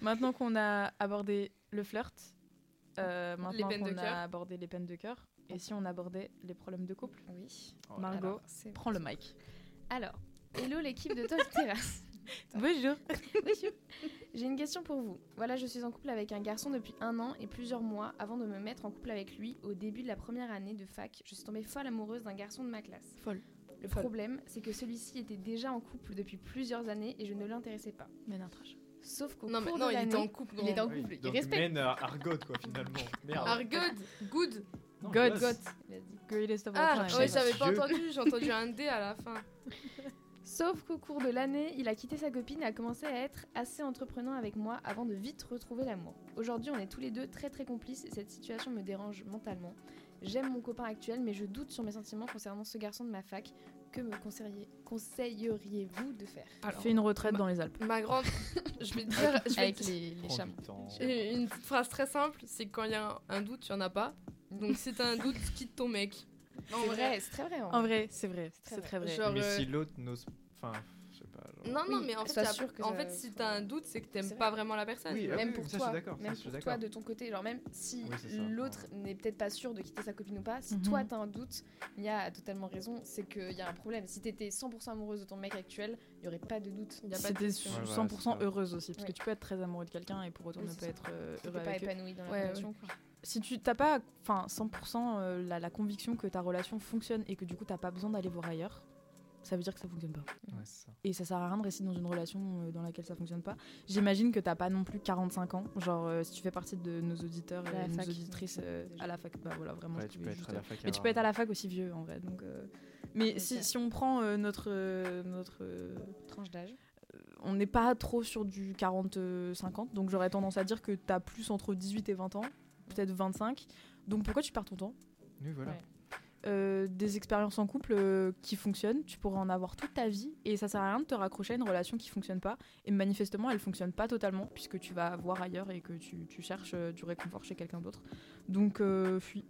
Maintenant qu'on a abordé le flirt, euh, maintenant peines de qu'on cœur. a abordé les peines de cœur, et si on abordait les problèmes de couple Oui. Oh là Margot, Alors, c'est- prends le mic. Alors, hello l'équipe de Talk Terrace. Bonjour. Oui, sûr. J'ai une question pour vous. Voilà, je suis en couple avec un garçon depuis un an et plusieurs mois avant de me mettre en couple avec lui au début de la première année de fac. Je suis tombée folle amoureuse d'un garçon de ma classe. Folle. Le Folle. problème, c'est que celui-ci était déjà en couple depuis plusieurs années et je ne l'intéressais pas. Ménartrage. Sauf qu'au Non, mais cours non, de il l'année, était en couple. il était en Ah Oui, couple, il donc respecte. Men are- are God, quoi, finalement. Merde. Argod, good. Non, God, gosse. God. Vas-y. Greatest of all Ah, time. ouais, j'avais pas Dieu. entendu, j'ai entendu un D à la fin. Sauf qu'au cours de l'année, il a quitté sa copine et a commencé à être assez entreprenant avec moi avant de vite retrouver l'amour. Aujourd'hui, on est tous les deux très très complices et cette situation me dérange mentalement. J'aime mon copain actuel, mais je doute sur mes sentiments concernant ce garçon de ma fac. Que me conseilleriez- conseilleriez-vous de faire Fais une retraite dans les Alpes. Ma grande, je vais te dire, je vais Avec te dire les, les Prends chameaux. du temps. une une petite phrase très simple, c'est que quand il y a un, un doute, il y en a pas. Donc si t'as un doute, quitte ton mec. C'est vrai, c'est très vrai. en En vrai. vrai, c'est vrai, très c'est très vrai. Genre, Mais euh, si l'autre n'ose. Enfin, je sais pas. genre- Non, non, Oui, mais en fait, sois y a- sûre que en ça- fait, si t'as un doute, c'est que C'est t'aimes vrai. pas vraiment la personne. Oui, ah Même oui, pour ça, je toi, suis d'accord, ça, même je suis pour d'accord. toi de ton côté, genre même si Oui, c'est ça. l'autre n'est peut-être pas sûr de quitter sa copine ou pas, si Mhm. toi t'as un doute, Mia a totalement raison, c'est qu'il y a un problème. Si t'étais 100% amoureuse de ton mec actuel, il y aurait pas de doute. Il y a pas de C'était question. Ouais, voilà, 100% c'est ça. heureuse aussi, parce Ouais. que tu peux être très amoureux de quelqu'un et pour autant Oui, ne c'est pas ça. être euh, T'es heureux pas avec eux. épanouie dans la Ouais, ouais. relation. quoi. Si tu t'as pas, enfin 100% euh, la, la conviction que ta relation fonctionne et que du coup t'as pas besoin d'aller voir ailleurs, ça veut dire que ça fonctionne pas. Ouais, c'est ça. Et ça sert à rien de rester dans une relation euh, dans laquelle ça fonctionne pas. J'imagine que t'as pas non plus 45 ans. Genre, euh, si tu fais partie de nos auditeurs À et la nos fac, auditrices donc, euh, déjà. à la fac, bah voilà, vraiment. Ouais, je tu voulais peux être juste, à la euh, fac. hein. Mais tu peux être à la fac aussi vieux en vrai. Donc, euh, Mais si, Ah, Ok. si on prend euh, notre. euh, notre euh, Tranche d'âge. on n'est pas trop sur du 40-50, donc j'aurais tendance à dire que t'as plus entre 18 et 20 ans, peut-être 25. Donc pourquoi tu perds ton temps Oui, voilà. Ouais. Euh, Des expériences en couple euh, qui fonctionnent, tu pourras en avoir toute ta vie, et ça sert à rien de te raccrocher à une relation qui fonctionne pas. Et manifestement, elle fonctionne pas totalement, puisque tu vas voir ailleurs et que tu, tu cherches euh, du réconfort chez quelqu'un d'autre. Donc euh, fuis.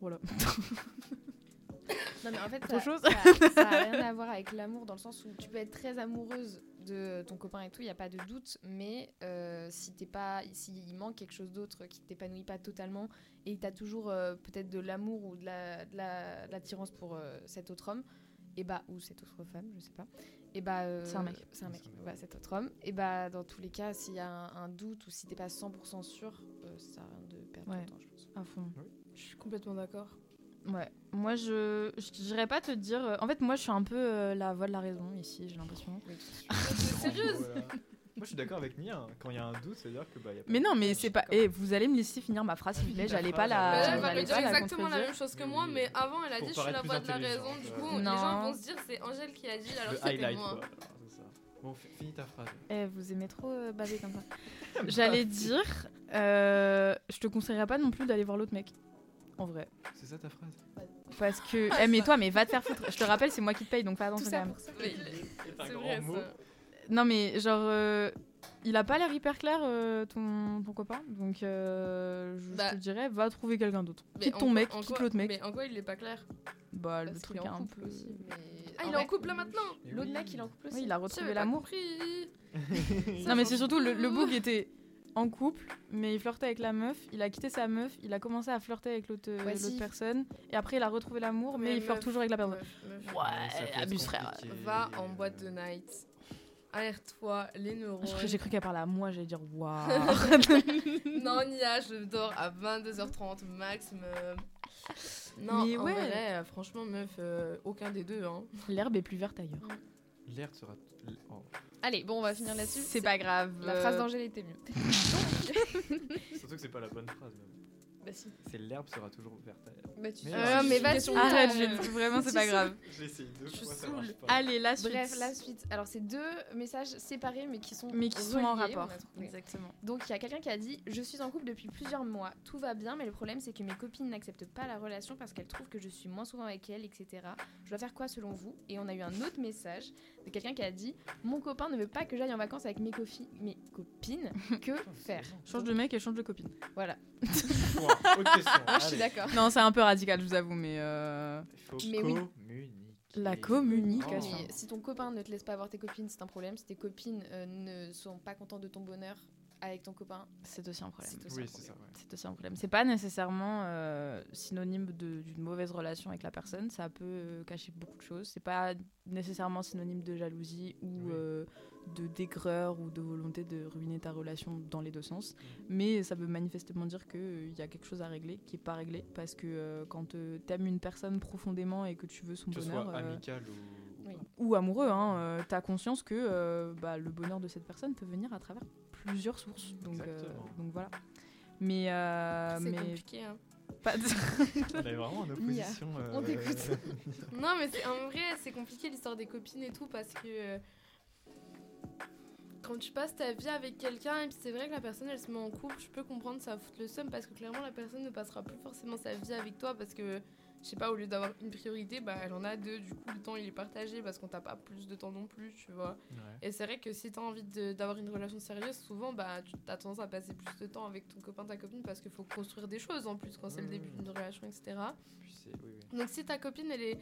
Voilà. Non mais en fait, Autre ça, chose ça- ça a rien à voir avec l'amour dans le sens où tu peux être très amoureuse de ton copain et tout, il y a pas de doute, mais euh, si t'es pas, s'il manque quelque chose d'autre qui t'épanouit pas totalement et t'as toujours euh, peut-être de l'amour ou de la, de la- de l'attirance pour euh, cet autre homme, et bah ou cette autre femme, je sais pas, et bah euh, C'est un mec. c'est un mec, C'est un mec. voilà, cet autre homme, et bah dans tous les cas, s'il y a un, un doute ou si t'es pas 100% sûr, euh, ça sert à rien de perdre Ouais. ton temps, je pense. À fond. Je suis complètement d'accord. Ouais. Moi, je n'irais pas te dire. En fait, moi, je suis un peu euh, la voix de la raison ici, j'ai l'impression. Sérieuse Voilà. Moi, je suis d'accord avec Nia. hein. Quand il y a un doute, ça veut dire que. Bah, y a pas Mais de- non, mais c'est pas. Eh, vous allez me laisser finir ma phrase, s'il vous Finis plaît. ta J'allais pas phrase, la. Ah, Bah là, elle on va allait te dire pas la exactement la contredire. même chose que Oui, moi, oui. mais avant, elle a Pour dit je suis paraître la plus voix de la raison. Du intelligente, coup, ouais. les Non. gens vont se dire c'est Angèle qui a dit, alors Le c'était highlight, moi. quoi. Alors, c'est ça. Bon, fi- finis ta phrase. Eh, vous aimez trop euh, baver comme ça. Bah, J'allais dire. euh, je te conseillerais pas non plus d'aller voir l'autre mec. En vrai. C'est ça ta phrase Parce que. Eh, mais toi, mais va te faire foutre. Je te rappelle, c'est moi qui te paye, donc fais Ah, Tout attention quand ça même. pour ça. Mais- un C'est grand vrai, mot. ça. Non, mais genre. euh, Il a pas l'air hyper clair, euh, ton, ton copain. Donc, euh, je, je Bah. te dirais, va trouver quelqu'un d'autre. Mais Quitte en ton quoi- mec, en quitte quoi- l'autre mec. Mais en quoi il est pas clair Bah, le Parce qu'il truc est est en un couple peu. aussi, mais- Ah, En il est vrai, en couple là maintenant Mais L'autre oui. mec, il est en couple aussi. Ah, Oui, il a J'avais retrouvé pas l'amour. compris. Non, mais c'est surtout le, le bug était en couple, mais il flirtait avec la meuf, il a quitté sa meuf, il a commencé à flirter avec l'autre euh, Ouais, l'autre si. personne, et après il a retrouvé l'amour, mais, Mais il flirte meuf, toujours avec la personne. Meuf, meuf. Ouais, ça peut être abuse, frère. compliqué. euh, Va en boîte de night. Alerte-toi, les neurones. J'ai cru- J'ai cru qu'elle parlait à moi, j'allais dire waouh. Non, Nia, je dors à 22h30 maximum. Non, Mais en ouais. vrai, euh, franchement, meuf, euh, aucun des deux. Hein. L'herbe est plus verte ailleurs. L'herbe sera. oh. Allez, bon, on va finir là-dessus. C'est pas grave. euh, La phrase d'Angèle était mieux. Surtout que c'est pas la bonne phrase, même. bah Euh, si. C'est l'herbe sera toujours verte. Bah tu Mais sais. Euh, alors, mais Juliette, vas-y, on t'a- Arrête, Jules, Euh, vraiment c'est pas grave. J'ai essayé deux Je fois, ça saoule. marche pas. Allez, la suite. Bref, la suite. Alors, c'est deux messages séparés mais qui sont Mais qui sont en reliés, on a rapport. trouvé. Exactement. Donc, il y a quelqu'un qui a dit Je suis en couple depuis plusieurs mois, tout va bien, mais le problème c'est que mes copines n'acceptent pas la relation parce qu'elles trouvent que je suis moins souvent avec elles, etc. Je dois faire quoi selon vous Et on a eu un autre message de quelqu'un qui a dit Mon copain ne veut pas que j'aille en vacances avec mes, cofi- mes copines, que faire Change de mec et change de copine. Voilà, Point. Autre question. Ah, Ah, je suis Allez. d'accord. Non, c'est un peu radical, je vous avoue, mais. euh, Il faut Mais oui. communiquer. La Mais- communication. Mais si ton copain ne te laisse pas voir tes copines, c'est un problème. Si tes copines euh, ne sont pas contentes de ton bonheur avec ton copain, C'est aussi un problème. c'est aussi un Oui, c'est problème. ça. ouais. C'est aussi un problème. C'est pas nécessairement euh, synonyme de- d'une mauvaise relation avec la personne. Ça peut euh, cacher beaucoup de choses. C'est pas nécessairement synonyme de jalousie ou Oui. euh, de d'aigreur ou de volonté de ruiner ta relation dans les deux sens. Mm. Mais ça veut manifestement dire qu'il y a quelque chose à régler qui est pas réglé parce que euh, quand euh, t'aimes une personne profondément et que tu veux son Que ce bonheur. soit euh, amical ou. Oui. ou amoureux, hein, euh, t'as conscience que euh, bah, le bonheur de cette personne peut venir à travers plusieurs sources. Donc, euh, Exactement. donc voilà. Mais, euh, C'est mais compliqué. hein. pas de- On est vraiment en opposition. euh, On t'écoute. Non, mais c'est- en vrai, c'est compliqué l'histoire des copines et tout parce que euh, quand tu passes ta vie avec quelqu'un et puis c'est vrai que la personne elle se met en couple, je peux comprendre ça fout le seum parce que clairement la personne ne passera plus forcément sa vie avec toi parce que je sais pas, au lieu d'avoir une priorité, bah elle en a deux. Du coup, le temps il est partagé parce qu'on t'a pas plus de temps non plus, tu vois. Ouais. Et c'est vrai que si t'as envie de- d'avoir une relation sérieuse, souvent bah tu as tendance à passer plus de temps avec ton copain, ta copine parce qu'il faut construire des choses en plus quand c'est le Mhm. début d'une relation, etc. Puis c'est- oui, oui. Donc si ta copine elle est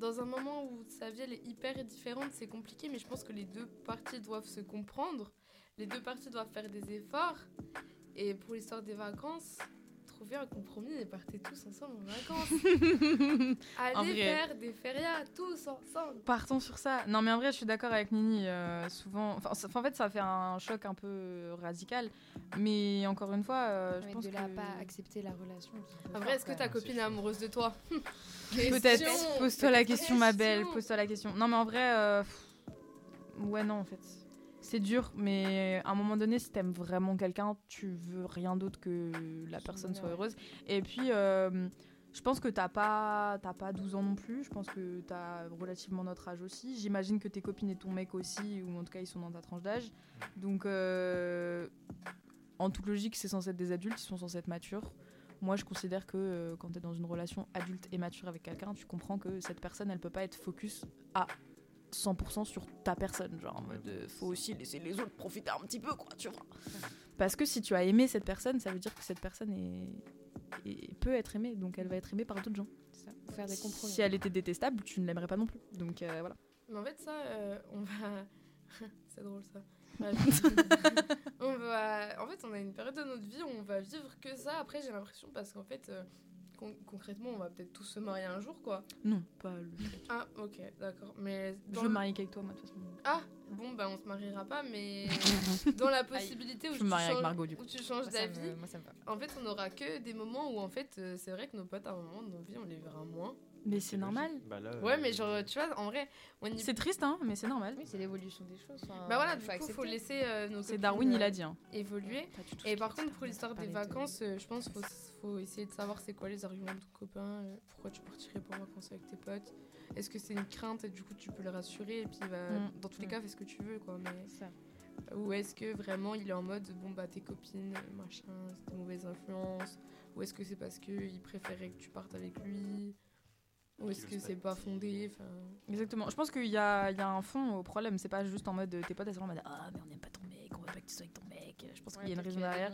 dans un moment où sa vie elle est hyper différente, c'est compliqué, mais je pense que les deux parties doivent se comprendre, les deux parties doivent faire des efforts, et pour l'histoire des vacances, trouver un compromis et partez tous ensemble en vacances. En Allez vrai. faire des férias tous ensemble. Partons sur ça. Non, mais en vrai, je suis d'accord avec Nini. euh, souvent, enfin, ça- en fait, ça fait un choc un peu radical. Mais encore une fois, euh, je Mais pense de là à que pas accepter la relation. c'est un peu En vrai, fort, est-ce que quand ta même, copine c'est est chaud. amoureuse de toi peut-être Question. pose-toi la question, ma belle. Question. Pose-toi la question. Non, mais en vrai, euh, pff, ouais, non, en fait, c'est dur. Mais à un moment donné, si t'aimes vraiment quelqu'un, tu veux rien d'autre que la Son personne soit bonheur, heureuse. Et puis, euh, je pense que t'as pas, t'as pas 12 ans non plus. Je pense que t'as relativement notre âge aussi. J'imagine que tes copines et ton mec aussi, ou en tout cas, ils sont dans ta tranche d'âge. Donc, euh, en toute logique, c'est censé être des adultes, ils sont censés être matures. Moi, je considère que euh, quand tu es dans une relation adulte et mature avec quelqu'un, tu comprends que cette personne, elle peut pas être focus à 100% sur ta personne. Genre, en Ouais, mode, ouais, euh, c'est faut ça. aussi laisser les autres profiter un petit peu, quoi, tu vois. Parce que si tu as aimé cette personne, ça veut dire que cette personne est... est- peut être aimée, donc elle va être aimée par d'autres gens. même. C'est ça, faut faire des compromis. Si elle était détestable, tu ne l'aimerais pas non plus. Donc euh, voilà. Mais en fait, ça, euh, on va. c'est drôle ça. Bref. on va. En fait, on a une période de notre vie où on va vivre que ça. Après, j'ai l'impression parce qu'en fait, euh, con- concrètement, on va peut-être tous se marier un jour, quoi. Non, pas le. Ah, ok, d'accord. Mais Je dans veux me le- marier qu'avec toi, moi, de toute façon. Ah, bon, bah on se mariera pas, mais dans la possibilité où Je tu me marie avec changes- Margot, du où tu changes Moi, ça d'avis, me- Moi, ça me va. en fait, on aura que des moments où en fait, euh, c'est vrai que nos potes à un moment de nos vies, on les verra moins. Mais c'est logique. normal. Bah là, Ouais, euh, mais genre, tu vois, en vrai, on y. C'est triste, hein, mais c'est normal. Oui, c'est l'évolution des choses. enfin, Bah voilà, du coup, accepter. faut laisser euh, nos C'est copines, Darwin, euh, il a dit. hein. évoluer. Pas du tout Et ce par qu'il a contre, dit. pour l'histoire des parlait de- vacances, euh, je pense qu'il faut, faut essayer de savoir c'est quoi les arguments de ton copain, euh, pourquoi tu partirais pas en vacances avec tes potes. Est-ce que c'est une crainte et du coup tu peux le rassurer et puis bah, Mm. dans tous les Mm. cas fais ce que tu veux quoi. Mais... Ça. Ou est-ce que vraiment il est en mode bon bah tes copines, euh, machin, c'est des mauvaises influences Ou est-ce que c'est parce qu'il préférait que tu partes avec lui Ou est-ce ose que pas c'est te pas dire. fondé enfin... Exactement. Je pense qu'il y a, il y a un fond au problème. C'est pas juste en mode euh, tes potes, elles sont en mode Ah, mais on n'aime pas ton mec, on veut pas que tu sois avec ton mec. Je pense qu'il y a une raison derrière.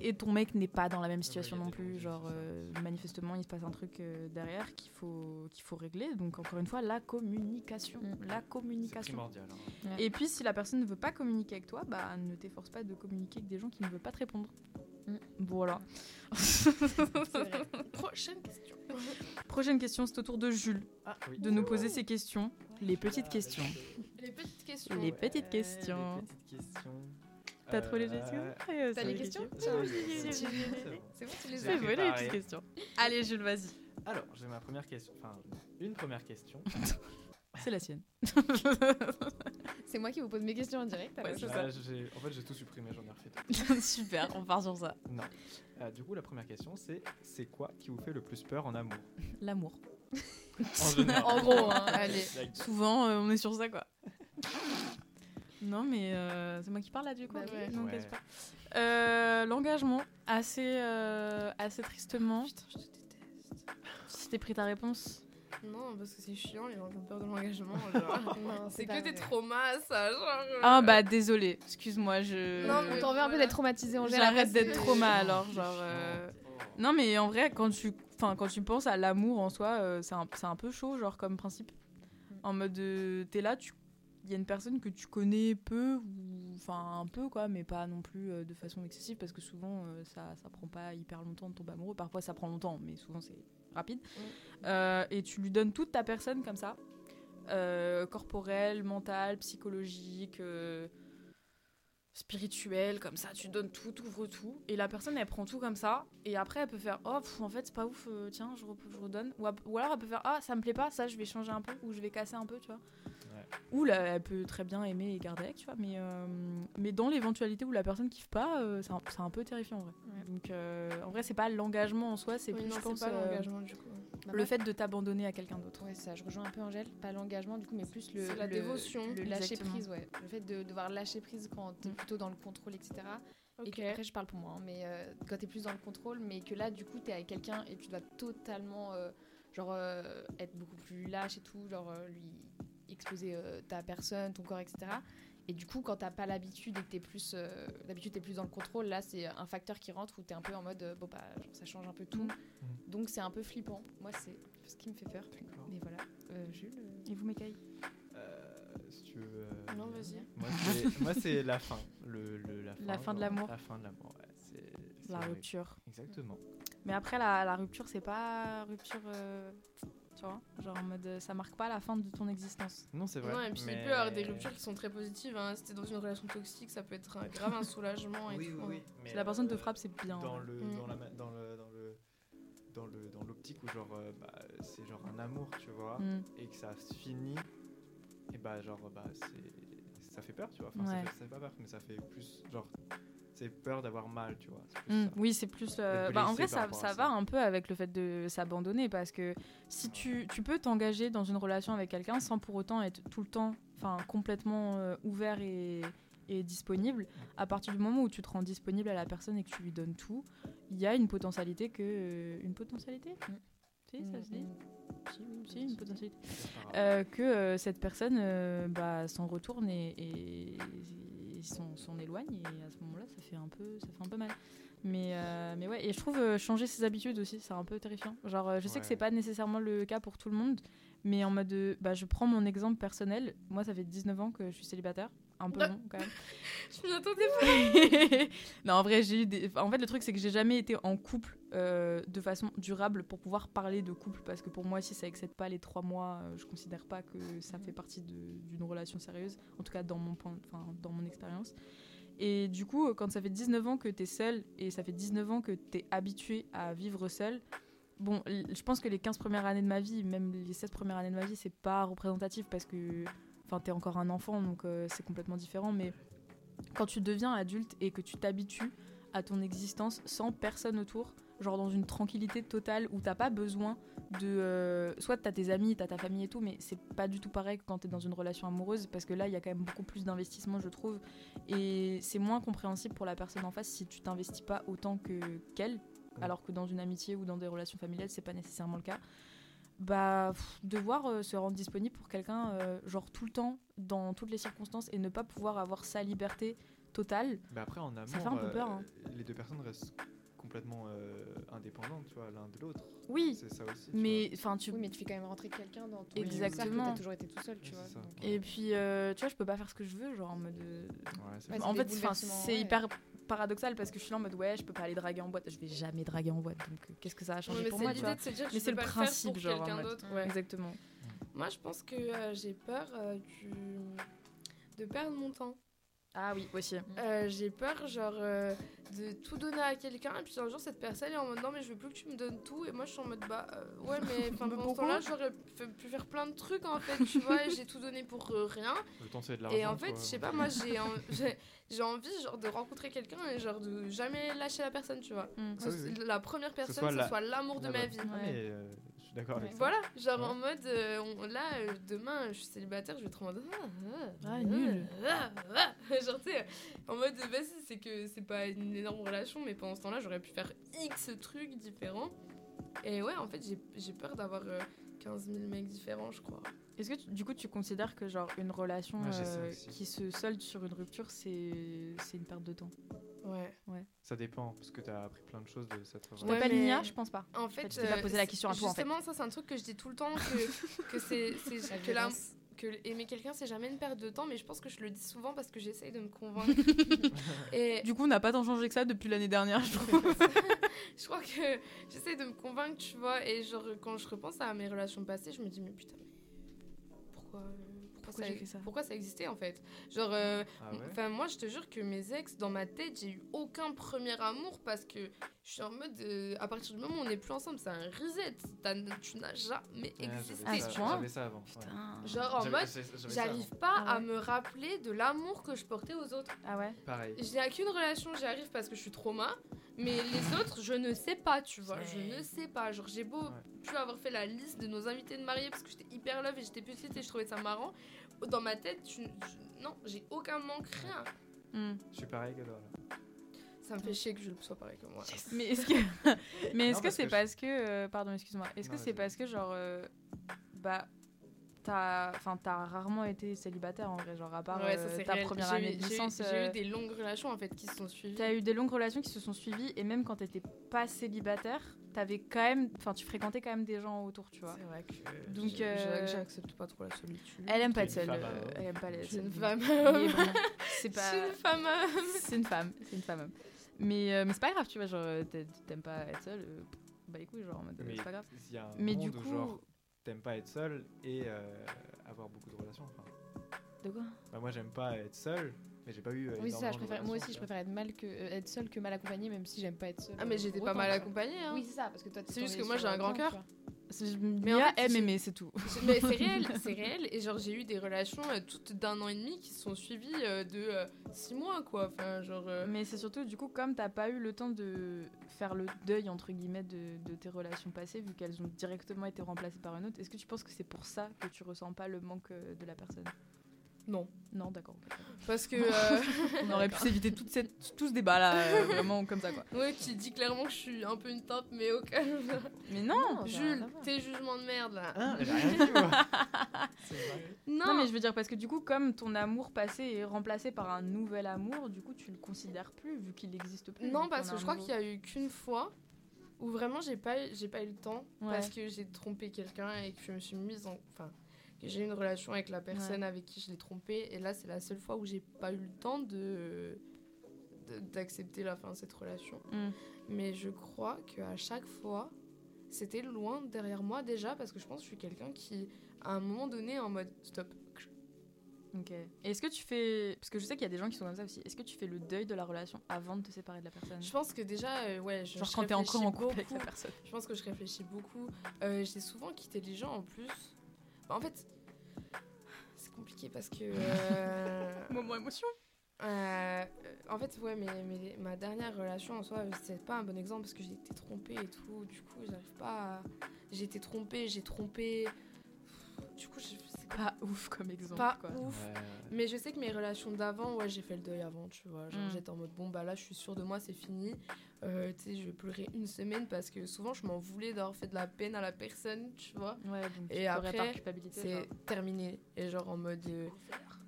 Et ton mec n'est pas dans la même situation il y a non des plus. non-dits, Genre, c'est ça. euh, manifestement, il se passe un truc euh, derrière qu'il faut, qu'il faut régler. Donc, encore une fois, la communication. Mm. La C'est communication. primordial. hein. Et puis, si la personne ne veut pas communiquer avec toi, bah, ne t'efforce pas de communiquer avec des gens qui ne veulent pas te répondre. Mm. Voilà. Prochaine question Prochaine question, c'est au tour de Jules Oui. de nous poser ses questions. Les petites questions. Les petites questions. Les Ouais. petites questions. Les petites questions. T'as trop les Euh, questions T'as les questions c'est bon, c'est si, bon, si. c'est bon. C'est bon, tu les J'ai C'est as vrai, les préparé. petites questions. Allez, Jules, vas-y. Alors, j'ai ma première question. Enfin, une première question. C'est la sienne. C'est moi qui vous pose mes questions en direct. alors. Ouais, c'est ça. Ah, j'ai- En fait, j'ai tout supprimé, j'en ai refait. deux. Super, on part sur ça. Non. Euh, du coup, la première question, c'est c'est quoi qui vous fait le plus peur en amour L'amour. En général. En gros, hein, allez. Like, Souvent, euh, on est sur ça, quoi. non, mais euh, c'est moi qui parle là, du coup. Bah ok, ouais. non, Ouais. casse pas. Euh, L'engagement, assez, euh, assez tristement. Putain, je te déteste. Si t'es pris ta réponse. Non, parce que c'est chiant, les gens qui ont peur de l'engagement. Non, Ah, c'est pas que des vrai. traumas, ça. Genre, euh, Ah, bah, désolé, excuse-moi, je. Non, On mais t'en veut un peu voilà. d'être traumatisé en général. J'arrête d'être c'est- trop mal, chiant, alors, c'est genre. chiant. euh, Oh. Non, mais en vrai, quand tu, enfin, quand tu penses à l'amour en soi, euh, c'est un, c'est un peu chaud, genre, comme principe. En mode, euh, t'es là, tu- il y a une personne que tu connais peu, ou enfin un peu quoi, mais pas non plus euh, de façon excessive, parce que souvent euh, ça, ça prend pas hyper longtemps de tomber amoureux. Parfois ça prend longtemps, mais souvent c'est rapide. Euh, et tu lui donnes toute ta personne comme ça, euh, corporelle, mentale, psychologique. euh, spirituelle comme ça tu donnes tout t'ouvres tout et la personne elle prend tout comme ça et après elle peut faire oh pff, en fait c'est pas ouf euh, tiens je, re- je redonne ou, ap- ou alors elle peut faire ah ça me plaît pas ça je vais changer un peu ou je vais casser un peu tu vois Ouais. ou là elle peut très bien aimer et garder avec tu vois mais euh, mais dans l'éventualité où la personne kiffe pas euh, c'est un, c'est un peu terrifiant en vrai Ouais. donc euh, en vrai c'est pas l'engagement en soi c'est Oui, plus non, je c'est pense pas euh, l'engagement du coup. le fait de t'abandonner à quelqu'un d'autre Ouais, ça, je rejoins un peu Angèle. Pas l'engagement, du coup, mais plus le. C'est la le- dévotion. Le lâcher Exactement. prise, ouais. Le fait de devoir lâcher prise quand t'es plutôt dans le contrôle, etc. Et Ok. que, après, je parle pour moi, hein, mais euh, quand t'es plus dans le contrôle, mais que là, du coup, t'es avec quelqu'un et tu dois totalement, euh, genre, euh, être beaucoup plus lâche et tout, genre, euh, lui exposer euh, ta personne, ton corps, etc. Et du coup, quand t'as pas l'habitude et que t'es plus, euh, d'habitude t'es plus dans le contrôle, là c'est un facteur qui rentre où t'es un peu en mode euh, bon bah genre, ça change un peu tout, donc c'est un peu flippant. Moi c'est ce qui me fait peur. D'accord. Mais voilà, euh, Jules. euh, et vous m'écaillez Euh, si tu veux. euh, Non, vas-y. Moi, c'est- Moi, c'est la fin. Le, le- la fin, La fin de genre, l'amour. La fin de l'amour, ouais. C'est. c'est la vrai. rupture Exactement. Mais après, la, la rupture, c'est pas rupture. euh, tu vois Genre en mode. euh, Ça marque pas la fin de ton existence. Non, c'est vrai. Non, et puis il mais- peut y avoir des ruptures qui sont très positives. Hein. Si t'es dans une relation toxique, ça peut être un grave un soulagement. Et Oui, tout. oui, oui. mais, Si la personne te euh, frappe, c'est bien. dans ouais. le, Mm. dans, la, ma- dans le dans le dans le dans l'optique où genre euh, bah, c'est genre un amour tu vois Mm. et que ça se finit et bah genre bah c'est ça fait peur tu vois enfin Ouais. ça, fait, ça fait pas peur mais ça fait plus genre c'est peur d'avoir mal tu vois c'est plus Mm, ça. Oui, c'est plus. euh, D'être bah, en vrai, blessé par ça, rapport à ça ça. va un peu avec le fait de s'abandonner parce que si tu, tu peux t'engager dans une relation avec quelqu'un sans pour autant être tout le temps enfin, complètement euh, ouvert et, et disponible, à partir du moment où tu te rends disponible à la personne et que tu lui donnes tout, il y a une potentialité que. euh, une potentialité Mm. Si, ça se dit Si, oui, si, une potentialité. C'est pas grave. Euh, que euh, cette personne euh, bah, s'en retourne et, et- et s'en s'en éloigne et à ce moment-là ça fait un peu ça fait un peu mal mais euh, mais ouais et je trouve euh, changer ses habitudes aussi c'est un peu terrifiant genre euh, je sais que Ouais. c'est pas nécessairement le cas pour tout le monde mais en mode euh, bah, je prends mon exemple personnel moi ça fait 19 ans que je suis célibataire un peu Ah. long quand même Je m'y attendais pas. non, en vrai, j'ai eu des... En fait, le truc, c'est que j'ai jamais été en couple euh, de façon durable pour pouvoir parler de couple. Parce que pour moi, si ça excède pas les trois mois, euh, je considère pas que ça fait partie de- d'une relation sérieuse. En tout cas, dans mon, point... enfin, dans mon expérience. Et du coup, euh, quand ça fait 19 ans que t'es seul et ça fait 19 ans que t'es habitué à vivre seul, bon, l- je pense que les 15 premières années de ma vie, même les 16 premières années de ma vie, c'est pas représentatif parce que. Enfin, t'es encore un enfant, donc euh, c'est complètement différent. Mais quand tu deviens adulte et que tu t'habitues à ton existence sans personne autour, genre dans une tranquillité totale où t'as pas besoin de. euh, soit t'as tes amis, t'as ta famille et tout, mais c'est pas du tout pareil que quand t'es dans une relation amoureuse parce que là il y a quand même beaucoup plus d'investissement, je trouve. Et c'est moins compréhensible pour la personne en face si tu t'investis pas autant que qu'elle, alors que dans une amitié ou dans des relations familiales, c'est pas nécessairement le cas. Bah, pff, devoir euh, se rendre disponible pour quelqu'un, euh, genre tout le temps, dans toutes les circonstances, et ne pas pouvoir avoir sa liberté totale. mais après en amour fait un peu euh, peur, hein. les deux personnes restent complètement euh, indépendantes tu vois l'un de l'autre Oui, c'est ça aussi tu mais enfin tu. Oui, mais tu fais quand même rentrer quelqu'un dans ton Exactement. cercle. T'as toujours été tout seul, tu Ouais, vois. c'est ça. donc, Et puis, euh, tu vois, je peux pas faire ce que je veux, genre en mode. euh, vois. Ouais, c'est Ouais, ça. en des fait, enfin, bouleversements, c'est ouais. hyper paradoxal parce que je suis là en mode ouais, je peux pas aller draguer en boîte, je vais jamais draguer en boîte, donc euh, qu'est-ce que ça a changé mais pour c'est moi, tu vois l'idée de se dire que Mais tu c'est peux le pas principe, le faire genre. pour en quelqu'un mode. d'autre. Ouais, exactement. Moi, je pense que euh, j'ai peur euh, du- de perdre mon temps. Ah oui, aussi. Euh, j'ai peur, genre, euh, de tout donner à quelqu'un, et puis un jour, cette personne est en mode non, mais je veux plus que tu me donnes tout, et moi, je suis en mode bah, euh, ouais, mais enfin, Mais pendant ce pourquoi temps-là, j'aurais pu- pu faire plein de trucs, en fait, tu vois, et j'ai tout donné pour euh, rien. le temps c'est de l'argent Et en fait, quoi. je sais pas, moi, j'ai en- j'ai- j'ai envie, genre, de rencontrer quelqu'un et, genre, de jamais lâcher la personne, tu vois. Mm. Ah oui, oui. Que La première personne, soit ce la- soit l'amour de Ah ma bah. vie. Ah, mais, euh, je suis d'accord avec Ouais. ça. Voilà, genre Ouais. en mode euh, on- là, euh, demain, je suis célibataire, je vais être en mode. Ah, Ah, nul. ah, ah. Genre, tu sais, en mode, vas-y, c'est que c'est pas une énorme relation, mais pendant ce temps-là, j'aurais pu faire X trucs différents. Et ouais, en fait, j'ai- j'ai peur d'avoir euh, 15 000 mecs différents, je crois. Est-ce que tu- du coup tu considères que genre une relation Ouais, j'ai ça euh, aussi. qui se solde sur une rupture c'est c'est une perte de temps Ouais. Ça dépend, parce que t'as appris plein de choses de cette relation. Tu t'appelles mais- Nia Je pense pas. En fait, Bah, tu t'es pas euh, posé la question à toi, en fait. Justement, ça, c'est un truc que je dis tout le temps que, que c'est c'est- La que la- violence. que aimer quelqu'un, c'est jamais une perte de temps, mais je pense que je le dis souvent parce que j'essaye de me convaincre. et Du coup, on n'a pas tant changé que ça depuis l'année dernière, je trouve. je crois que j'essaye de me convaincre, tu vois. Et genre, quand je repense à mes relations passées, je me dis, mais putain, mais pourquoi, euh, Pourquoi pourquoi, ça, j'ai fait ça pourquoi ça existait en fait Genre, euh, Ah ouais Enfin, moi, je te jure que mes ex, dans ma tête, j'ai eu aucun premier amour parce que je suis en mode, euh, à partir du moment où on n'est plus ensemble, c'est un reset. T'as- Tu n'as jamais Ouais, existé. j'avais Ah, ça- ce point J'avais ça avant. ouais. Putain. Genre, en J'avais- mode, j'ai- j'avais ça Oh, j'arrive pas Ah à ouais. me rappeler de l'amour que je portais aux autres. Ah ouais avant. Pareil. Je n'ai qu'une relation, j'y arrive parce que je suis trauma, mais les autres, je ne sais pas, tu vois. Je ne sais pas. Genre, j'ai beau Ouais. pu avoir fait la liste de nos invités de mariée parce que j'étais hyper love et j'étais petite et je trouvais ça marrant. Dans ma tête, tu- tu- non, j'ai aucun manque, rien. Mm. Hmm. Je suis pareil que toi. là. Ça me fait chier que je le sois pareil que moi. Mais est-ce que mais est-ce Ah Non, que parce c'est que je- parce que euh, pardon excuse-moi est-ce que Non, c'est vas-y. parce que genre euh, bah t'as enfin t'as rarement été célibataire en vrai genre à part Ouais, ça, euh, c'est ta réel. première J'ai eu- année de j'ai eu- licence J'ai euh, eu des longues relations en fait qui se sont suivies. t'as eu des longues relations qui se sont suivies et même quand t'étais pas célibataire t'avais quand même enfin tu fréquentais quand même des gens autour tu vois C'est vrai que Donc, j'ai- euh, j'ai- j'accepte pas trop la solitude. elle aime pas être T'es une seule femme à euh, homme. elle aime pas les Je suis une seuls. femme. Mais bon, c'est Je suis pas une femme. c'est une femme c'est une femme homme. mais euh, mais c'est pas grave tu vois genre euh, t'a- t'aimes pas être seule euh, bah les couilles genre en mode, euh, Mais c'est pas grave il y a un Mais monde du où, coup- genre, t'aimes pas être seul et euh, avoir beaucoup de relations. enfin. eh, de quoi Bah, moi, j'aime pas être seul, mais j'ai pas eu. euh, Oui, c'est ça, je énormément de préfère, moi relations, aussi, je tu vois. préfère être, mal que, euh, être seule que mal accompagnée, même si j'aime pas être seule. Ah mais euh, j'étais pour pas autant, mal quoi. accompagnée. Hein. Oui, c'est ça, parce que toi, t'es C'est juste tombée que moi, sur j'ai un grand temps, cœur. tu vois. mais en en fait, aime ah, c'est- aimer c'est tout Je- Mais c'est réel, c'est réel. Et genre j'ai eu des relations euh, toutes d'un an et demi qui se sont suivies euh, de euh, six mois quoi. Enfin genre. euh, Mais c'est surtout, du coup, comme t'as pas eu le temps de faire le deuil, entre guillemets, de, de tes relations passées, vu qu'elles ont directement été remplacées par une autre, est-ce que tu penses que c'est pour ça que tu ressens pas le manque euh, de la personne Non. Non, d'accord. ok. Parce que euh, On aurait pu s'éviter toute cette, tout ce débat-là, euh, vraiment comme ça, quoi. ouais qui dit clairement que je suis un peu une tape mais au calme. Mais non Non, ça a rien Jules, à voir. tes jugements de merde là. Hein J'ai rien dit, moi. C'est vrai. non. mais je veux dire, parce que du coup, comme ton amour passé est remplacé par un nouvel amour, du coup, tu le considères plus, vu qu'il n'existe plus. Non, vu parce qu'on que a je un crois qu'il y a eu qu'une fois où vraiment j'ai pas, eu- j'ai pas eu le temps Ouais. parce que j'ai trompé quelqu'un et que je me suis mise en. Enfin, que j'ai eu une relation avec la personne avec qui je l'ai trompé. Et là, c'est la seule fois où j'ai pas eu le temps de de- d'accepter la fin de cette relation. Mm. Mais je crois que à chaque fois, c'était loin derrière moi déjà parce que je pense que je suis quelqu'un qui, à un moment donné, est en mode stop. Ok. Et Est-ce que tu fais. Parce que je sais qu'il y a des gens qui sont comme ça aussi. Est-ce que tu fais le deuil de la relation avant de te séparer de la personne Je pense que déjà, euh, ouais, je, Genre je quand t'es encore en réfléchis couple avec la beaucoup. personne. Je pense que je réfléchis beaucoup. Euh, j'ai souvent quitté les gens en plus. Bah, en fait, c'est compliqué parce que. euh, Moment émotion. euh, en fait, ouais, mais, mais ma dernière relation en soi, euh, c'est pas un bon exemple parce que j'ai été trompée et tout. Du coup, j'arrive pas à. J'ai été trompée, j'ai trompé. Du coup, je- c'est pas ouf comme exemple. pas quoi. ouf. Ouais, ouais. Mais je sais que mes relations d'avant, ouais, j'ai fait le deuil avant, tu vois. Genre, Mm. j'étais en mode, bon, bah là, je suis sûre de moi, c'est fini. Euh, tu sais, je vais pleurer une semaine parce que souvent, je m'en voulais d'avoir fait de la peine à la personne, tu vois. Ouais, donc Et et après, après, par culpabilité. C'est terminé. Et genre, en mode, euh,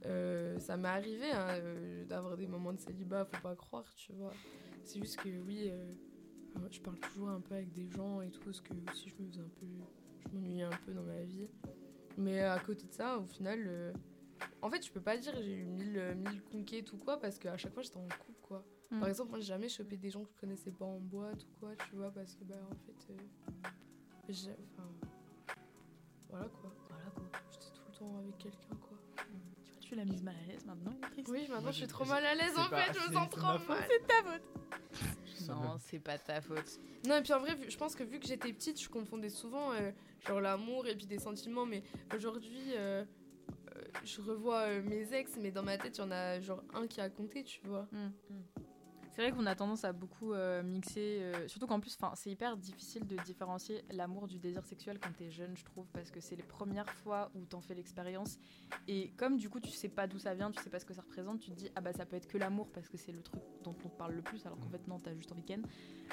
euh, ça m'est arrivé hein, euh, d'avoir des moments de célibat, faut pas croire, tu vois. C'est juste que, oui, euh, euh, je parle toujours un peu avec des gens et tout, parce que aussi, je me faisais un peu. Je m'ennuyais un peu dans ma vie. Mais euh, à côté de ça, au final. euh, en fait, je peux pas dire que j'ai eu mille, euh, mille conquêtes ou quoi, parce qu'à chaque fois, j'étais en couple, quoi. Mm. Par exemple, moi, j'ai jamais chopé des gens que je connaissais pas en boîte ou quoi, tu vois, parce que, bah, en fait, euh, j'ai... Enfin... Voilà, quoi. Voilà quoi. J'étais tout le temps avec quelqu'un, quoi. Tu vois, tu l'as mise mal à l'aise maintenant, il est triste. Oui, maintenant, Moi, je j'ai- suis trop j'ai- mal à l'aise, c'est en pas- fait, je c'est- me sens c'est trop ma faute. mal. Non, c'est pas ta faute. Non, et puis en vrai, vu- je pense que vu que j'étais petite, je confondais souvent euh, genre l'amour et puis des sentiments. Mais aujourd'hui, euh, euh, je revois euh, mes ex, mais dans ma tête, il y en a genre un qui a compté, tu vois. C'est vrai qu'on a tendance à beaucoup euh, mixer, euh, surtout qu'en plus, 'fin, c'est hyper difficile de différencier l'amour du désir sexuel quand t'es jeune, je trouve, parce que c'est les premières fois où t'en fais l'expérience. Et comme du coup, tu sais pas d'où ça vient, tu sais pas ce que ça représente, tu te dis, ah bah ça peut être que l'amour parce que c'est le truc dont on te parle le plus, alors qu'en Mm. fait, non, t'as juste envie ken.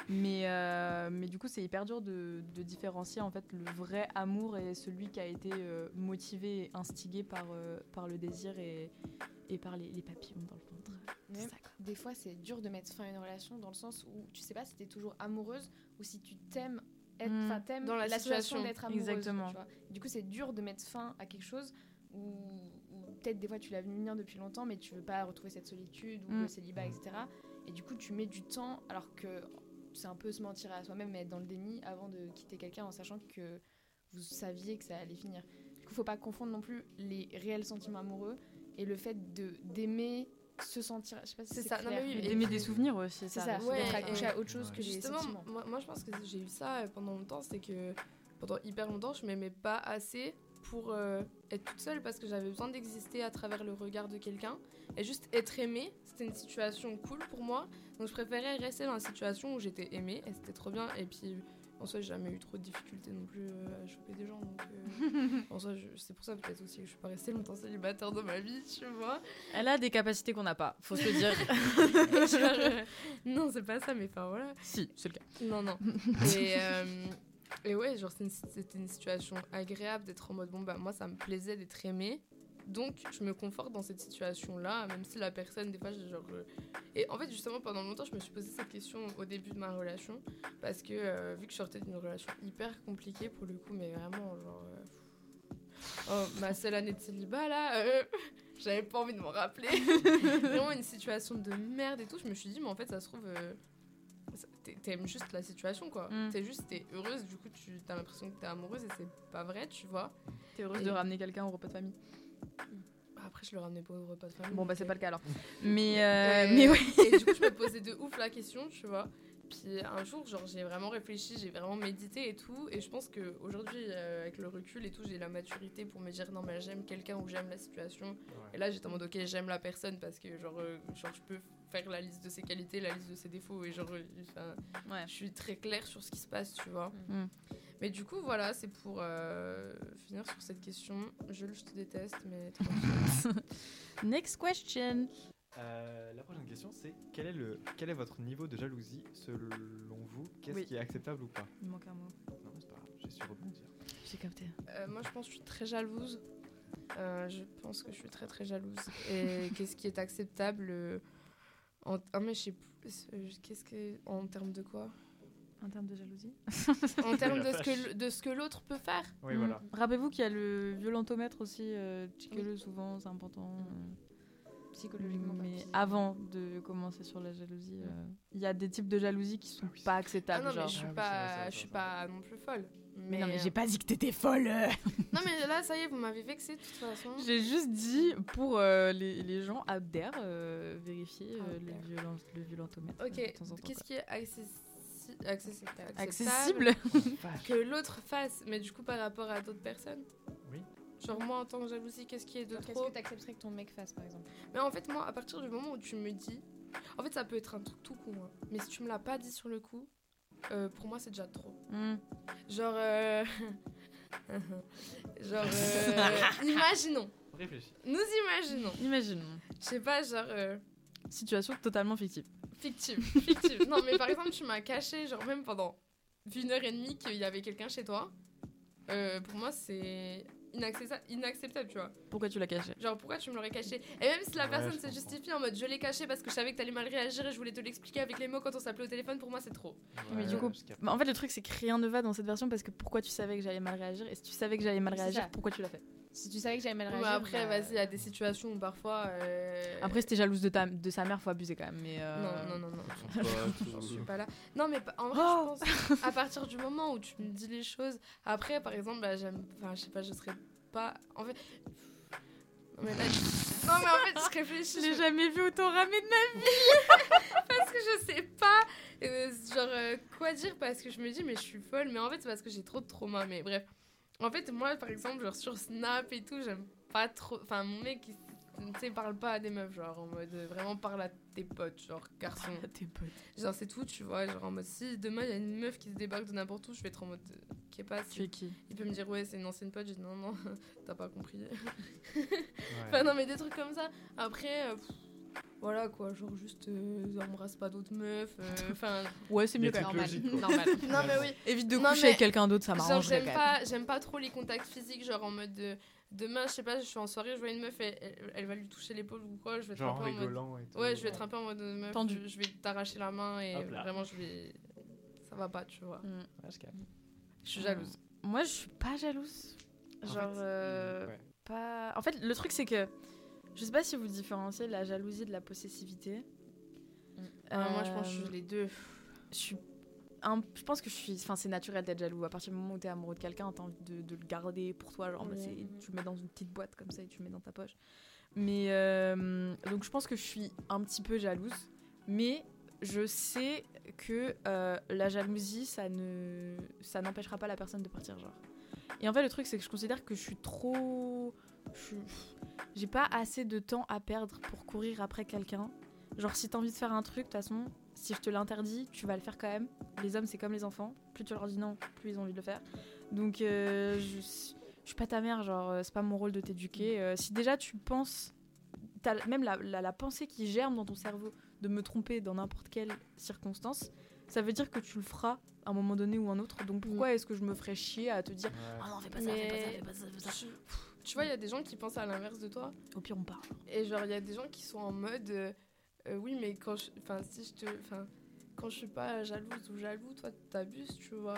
Mais, euh, mais du coup, c'est hyper dur de, de différencier en fait le vrai amour et celui qui a été euh, motivé et instigé par, euh, par le désir et, et par les, les papillons dans le ventre. Mais C'est même, ça, quoi. Des fois, c'est dur de mettre fin à une relation dans le sens où tu sais pas si t'es toujours amoureuse ou si tu t'aimes. être- Mm. Enfin, t'aimes Dans la la, situation, situation. d'être amoureuse. Exactement. tu vois. Du coup, c'est dur de mettre fin à quelque chose où, où peut-être des fois tu l'as vu venir depuis longtemps, mais tu veux pas retrouver cette solitude ou Mm. le célibat, etc. Et du coup, tu mets du temps, alors que c'est un peu se mentir à soi-même et être dans le déni avant de quitter quelqu'un en sachant que vous saviez que ça allait finir. Du coup, faut pas confondre non plus les réels sentiments amoureux et le fait de d'aimer se sentir. Je sais pas si C'est c'est ça, non, clair, mais oui, Et aimer des souvenirs aussi, c'est ça. ça, reste- ouais, d'être et- accroché à autre chose Ouais. que les Justement, sentiments. moi, moi, je pense que j'ai eu ça euh, pendant longtemps, c'est que pendant hyper longtemps je m'aimais pas assez pour euh, être toute seule parce que j'avais besoin d'exister à travers le regard de quelqu'un et juste être aimée, c'était une situation cool pour moi, donc je préférais rester dans la situation où j'étais aimée et c'était trop bien et puis en soi j'ai jamais eu trop de difficultés non plus euh, à choper des gens donc euh, en soi je- c'est pour ça peut-être aussi que je suis pas restée longtemps célibataire dans ma vie, tu vois. Elle a des capacités qu'on n'a pas, faut se le dire. non, c'est pas ça mais enfin voilà. si, c'est le cas. Non, non. et, euh, et ouais, genre, c'était une, c'était une situation agréable d'être en mode bon, bah, moi, ça me plaisait d'être aimée. Donc, je me conforte dans cette situation-là, même si la personne, des fois, j'ai genre. euh, Et en fait, justement, pendant longtemps, je me suis posé cette question au début de ma relation. Parce que, euh, vu que je sortais d'une relation hyper compliquée, pour le coup, mais vraiment, genre. euh, Oh, ma seule année de célibat là, euh, j'avais pas envie de m'en rappeler. Vraiment une situation de merde et tout. Je me suis dit, mais en fait, ça se trouve, euh, ça- t'es- t'aimes juste la situation quoi. Mm. T'es juste, t'es heureuse, du coup, tu t'as l'impression que t'es amoureuse et c'est pas vrai, tu vois. T'es heureuse Et- de ramener quelqu'un au repas de famille. Bah, Après, je le ramenais pas au repas de famille. Bon, bah, c'est donc, pas le cas alors. Mais, euh, euh, mais ouais. Et du coup, je me posais de ouf la question, tu vois. Puis un jour, genre, j'ai vraiment réfléchi, j'ai vraiment médité et tout. Et je pense qu'aujourd'hui, euh, avec le recul et tout, j'ai la maturité pour me dire non, mais j'aime quelqu'un ou j'aime la situation. Et là, j'étais en mode, ok, j'aime la personne parce que, genre, euh, genre, je peux faire la liste de ses qualités, la liste de ses défauts, et genre, euh, enfin, Ouais. je suis très claire sur ce qui se passe, tu vois. Mm. Mais du coup, voilà, c'est pour euh, finir sur cette question. Jules, je te déteste, mais tranquille. Next question. Euh, la prochaine question, c'est quel est, le, quel est votre niveau de jalousie selon vous Qu'est-ce Oui. qui est acceptable ou pas Il manque un mot. Non, mais c'est pas grave, j'ai su rebondir. J'ai capté. Euh, moi, je pense que je suis très jalouse. Euh, je pense que je suis très, très jalouse. Et qu'est-ce qui est acceptable euh, en... Ah, mais je sais plus. euh, Qu'est-ce que. En termes de quoi En termes de jalousie En termes la de ce que vache. l- de ce que l'autre peut faire Oui, Mm. voilà. Rappelez-vous qu'il y a le violentomètre aussi, euh, checkez-le Oui. souvent, c'est important. euh, Psychologiquement, Mais parti. avant de commencer sur la jalousie, euh, il y a des types de jalousie qui sont Ah oui, pas Ah acceptables. non, mais genre. je Ah suis oui, c'est vrai, c'est pas, vrai, je suis c'est vrai. pas non plus folle. Mais non, mais j'ai euh, pas dit que t'étais folle euh. non, mais là, ça y est, vous m'avez vexée de toute façon. J'ai juste dit pour euh, les, les gens abdères, euh, vérifier euh, Abdères. le, violent, le violentomètre euh, de Ok, temps en temps, qu'est-ce quoi. qui est accessi- accessible accessible Que l'autre fasse, mais du coup, par rapport à d'autres personnes Oui. Genre, moi, en tant que jalousie, qu'est-ce qui est de Genre, trop Qu'est-ce que t'accepterais que ton mec fasse, par exemple Mais en fait, moi, à partir du moment où tu me dis. En fait, ça peut être un truc tout con, hein. mais si tu me l'as pas dit sur le coup, euh, pour moi, c'est déjà trop. Mm. Genre. euh, Genre. euh, Imaginons. Réfléchis. Nous imaginons. Imaginons. Je sais pas, genre. euh, Situation totalement fictive. Fictive, fictive. non, mais par exemple, tu m'as caché, genre même pendant une heure et demie, qu'il y avait quelqu'un chez toi. Euh, pour moi, c'est inaccessa- inacceptable, tu vois. Pourquoi tu l'as caché Genre, pourquoi tu me l'aurais caché Et même si la Ouais, personne je se comprends. justifie en mode je l'ai caché parce que je savais que t'allais mal réagir et je voulais te l'expliquer avec les mots quand on s'appelait au téléphone, pour moi, c'est trop. mais du Ouais, coup- parce qu'il y a- Bah, en fait, le truc, c'est que rien ne va dans cette version parce que pourquoi tu savais que j'allais mal réagir Et si tu savais que j'allais mal C'est réagir, ça. pourquoi tu l'as fait Si tu savais que j'allais mal Mais réagir. après, bah, vas-y, il y a des situations où parfois. euh, Après, si t'es jalouse de, ta, de sa mère, faut abuser quand même. Mais euh, Non, non, non, non. Son pote J'en ou- suis pas là. Non, mais pa- en vrai, Oh je pense à partir du moment où tu me dis les choses. Après, par exemple, là, j'aime. Enfin, je sais pas, je serais pas. En fait. Non, mais là. je- Non, mais en fait, je réfléchis. Je l'ai je- jamais vu autant ramer de ma Parce que je sais pas. euh, genre, euh, quoi dire Parce que je me dis, mais je suis folle. Mais en fait, c'est parce que j'ai trop de trauma. Mais bref. En fait, moi, par exemple, genre sur Snap et tout, j'aime pas trop. Enfin, mon mec, il. Tu sais, parle pas à des meufs, genre en mode euh, vraiment parle à tes potes, genre garçon. tes potes. Genre, c'est tout, tu vois. Genre, en mode, si demain il y a une meuf qui se débarque de n'importe où, je vais être en mode, euh, qui est pas. Tu es qui Il peut me dire, ouais, c'est une ancienne pote. Je dis, non, non, t'as pas compris. Ouais. Enfin, non, mais des trucs comme ça. Après, euh, pff, voilà quoi, genre, juste, euh, embrasse pas d'autres meufs. euh, Enfin, Ouais, c'est Les mieux quand trucs même. normal. logiques, quoi. normal. non, mais oui. Évite de Non, coucher mais- avec quelqu'un d'autre, ça Genre, m'arrangerait j'aime quand même. pas, j'aime pas trop les contacts physiques, genre, en mode, de- demain, je sais pas, je suis en soirée, je vois une meuf, elle, elle- elle va lui toucher l'épaule ou quoi, je vais être Genre en un peu en mode. rigolant et tout. Ouais, je vais être un peu en mode euh, meuf, Tendu. je- je vais t'arracher la main et Hop là. vraiment, je vais. Ça va pas, tu vois. Mm. Ouais, je capte. Je suis jalouse. Moi, je suis pas jalouse. En Genre, fait, euh, Ouais. pas. En fait, le truc, c'est que. Je sais pas si vous différenciez la jalousie de la possessivité. Mm. Ah, moi, je pense que je Euh, suis les deux. je suis un- je pense que je suis enfin c'est naturel d'être jaloux à partir du moment où t'es amoureux de quelqu'un t'as envie de, de le garder pour toi genre bah, Ouais, c'est- mhm. tu le mets dans une petite boîte comme ça et tu le mets dans ta poche mais euh, donc je pense que je suis un petit peu jalouse mais je sais que euh, la jalousie ça ne ça n'empêchera pas la personne de partir genre et en fait le truc c'est que je considère que je suis trop je suis- j'ai pas assez de temps à perdre pour courir après quelqu'un Genre, si t'as envie de faire un truc, de toute façon, si je te l'interdis, tu vas le faire quand même. Les hommes, c'est comme les enfants. Plus tu leur dis non, plus ils ont envie de le faire. Donc, euh, je, s- je suis pas ta mère, genre, euh, c'est pas mon rôle de t'éduquer. Euh, si déjà tu penses, t'as l- même la, la- la pensée qui germe dans ton cerveau de me tromper dans n'importe quelle circonstance, ça veut dire que tu le feras à un moment donné ou un autre. Donc, pourquoi est-ce que je me ferais chier à te dire Ah non, fais pas ça, fais pas ça, Mais- fais pas ça, fais pas ça. Tu- Tu vois, il y a des gens qui pensent à l'inverse de toi. Au pire, on part. Et genre, il y a des gens qui sont en mode euh, euh, oui, mais quand je. Enfin, si je te. Enfin, quand je suis pas jalouse ou jaloux, toi, t'abuses, tu vois.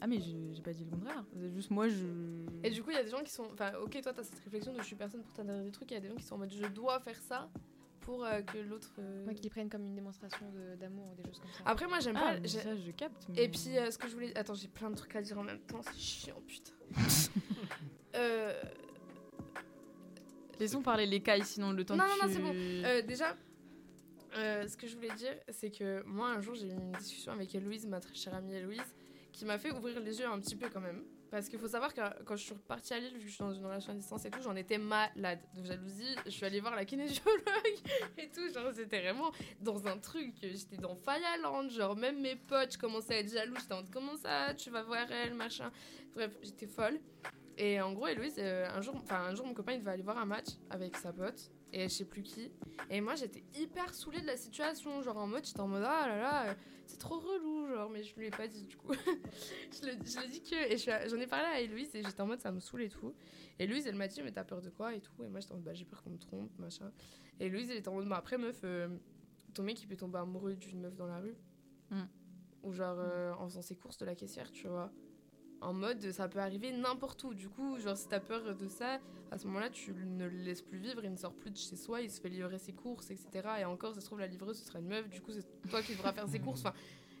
Ah, mais j'ai j'ai pas dit le contraire. C'est juste moi, je. Mm. Et du coup, il y a des gens qui sont. Enfin, ok, toi, t'as cette réflexion de je suis personne pour t'interdire des trucs. Il y a des gens qui sont en mode je dois faire ça pour euh, que l'autre. euh, Moi, qu'ils prennent comme une démonstration de- d'amour ou des choses comme ça. Après, moi, j'aime Ah, pas. mais j'ai- ça, je capte. mais- Et puis, euh, ce que je voulais. Attends, j'ai plein de trucs à dire en même temps, c'est chiant, putain. Euh, Laissons parler les cailles, sinon le temps Non, que non, non, tu- c'est Euh, déjà, euh, ce que je voulais dire, c'est que moi, un jour, j'ai eu une discussion avec Héloïse, ma très chère amie Héloïse, qui m'a fait ouvrir les yeux un petit peu quand même. Parce qu'il faut savoir que quand je suis repartie à Lille, vu que je suis dans une relation à distance et tout, j'en étais malade de jalousie. Je suis allée voir la kinésiologue et tout. Genre, c'était vraiment dans un truc. J'étais dans Fireland. Genre, même mes potes, je commençais à être jaloux. J'étais en mode, comment ça Tu vas voir elle, machin. Bref, j'étais folle. Et en gros, Héloïse, euh, un, jour, enfin, un jour, mon copain, il devait aller voir un match avec sa pote et je sais plus qui. Et moi, j'étais hyper saoulée de la situation. Genre, en mode, j'étais en mode, ah là là, euh, c'est trop relou. Genre, mais je lui ai pas dit du coup. je l'ai je l'ai dit que. Et je suis à- j'en ai parlé à Héloïse et j'étais en mode, ça me saoule et tout. Et Louise, elle m'a dit, mais t'as peur de quoi et tout. Et moi, j'étais en mode, bah, j'ai peur qu'on me trompe, machin. Et Louise, elle était en mode, bah, après, meuf, euh, ton mec, il peut tomber amoureux d'une meuf dans la rue. Mm. Ou genre, euh, en faisant ses courses de la caissière, tu vois. En mode, ça peut arriver n'importe où. Du coup, genre, si t'as peur de ça, à ce moment-là, tu ne le laisses plus vivre, il ne sort plus de chez soi, il se fait livrer ses courses, etc. Et encore, ça se trouve, la livreuse, ce sera une meuf, du coup, c'est toi qui devras faire ses courses. Enfin,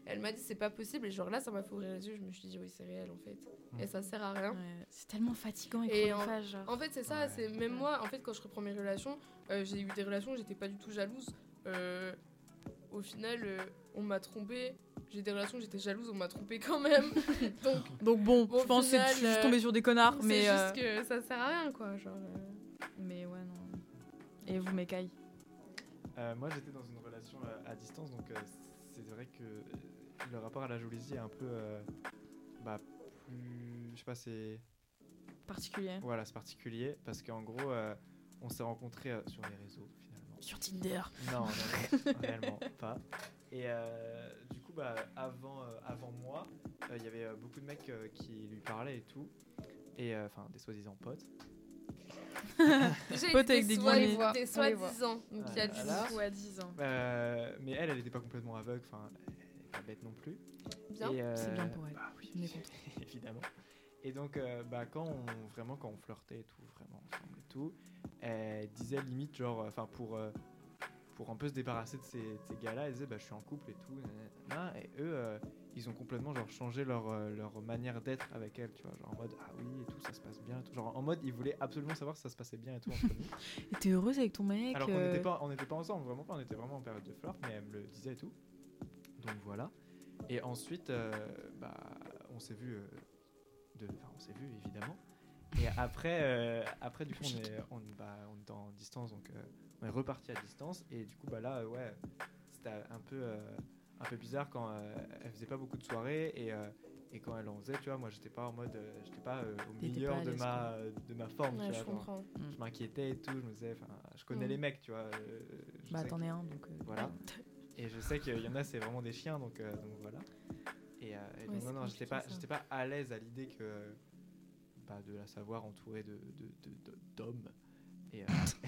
elle m'a dit, c'est pas possible. Et genre là, ça m'a fait ouvrir les yeux, je me suis dit, oui, c'est réel en fait. Et ça sert à rien. Ouais, c'est tellement fatigant et, Et en- chronophage. genre. En fait, c'est ça, Ouais. c'est même Ouais. moi, en fait, quand je reprends mes relations, euh, j'ai eu des relations où j'étais pas du tout jalouse. Euh, au final, euh, on m'a trompée. J'ai des relations où j'étais jalouse, on m'a trompée quand même. Donc, Donc bon, Bon, je pense que final, c'est juste euh, tombé sur des connards, c'est mais... euh, juste que ça sert à rien, quoi. Genre, euh, Mais ouais, non. Et vous, mes cailles Euh, moi, j'étais dans une relation euh, à distance, donc euh, c'est vrai que euh, le rapport à la jalousie est un peu, euh, bah, plus, je sais pas, c'est, Particulier. voilà, c'est particulier parce qu'en gros, euh, on s'est rencontrés euh, sur les réseaux finalement. Sur Tinder. Non, non, non, réellement pas. Et euh, du coup, bah, avant, euh, avant moi, euh, il y avait euh, beaucoup de mecs euh, qui lui parlaient et tout. Et euh, enfin, des soi-disant potes. Déjà, Pote il était avec des soi- guillemets. il était On les voit. soi-disant, donc il y a du Voilà. doute. à 10 ans. Euh, mais elle, elle n'était pas complètement aveugle, enfin, elle n'est pas bête non plus. Bien. Et, euh, C'est bien pour elle. bah oui, On est content. évidemment. Et donc, euh, bah, quand on, vraiment, quand on flirtait et tout, vraiment ensemble et tout, elle disait limite, genre, enfin, pour, euh, pour un peu se débarrasser de ces, de ces gars-là, elle disait, bah, je suis en couple et tout, nanana. et eux, euh, ils ont complètement, genre, changé leur, euh, leur manière d'être avec elle, tu vois, genre, en mode, ah oui, et tout, ça se passe bien, et tout. genre, en mode, ils voulaient absolument savoir si ça se passait bien et tout entre nous. Et t'es heureuse avec ton mec Alors qu'on n'était euh, pas, on n'était pas ensemble, vraiment pas, on était vraiment en période de flirt, mais elle me le disait et tout. Donc voilà. Et ensuite, euh, bah, on s'est vu, euh, de, enfin, on s'est vu évidemment. Et après, euh, après du coup, on est, on, bah, on est en distance, donc euh, on est reparti à distance. Et du coup, bah là, euh, ouais, c'était un peu, euh, un peu bizarre quand euh, elle faisait pas beaucoup de soirées et, euh, et quand elle en faisait, tu vois, moi j'étais pas en mode, euh, j'étais pas euh, au T'étais meilleur pas à de l'aise, ma, de ma forme, tu Ouais, vois, je genre comprends. je m'inquiétais et tout, je me disais, enfin, je connais Mm. les mecs, tu vois. euh, je Bah sais t'en que- es un, donc... euh, Voilà. Et je sais qu'il y en a, c'est vraiment des chiens, donc, euh, donc voilà. Et, euh, et donc, c'est non, non, j'étais compliqué, pas, ça. j'étais pas à l'aise à l'idée que euh, bah, de la savoir entourée de, de- de- de- d'hommes. Et, euh,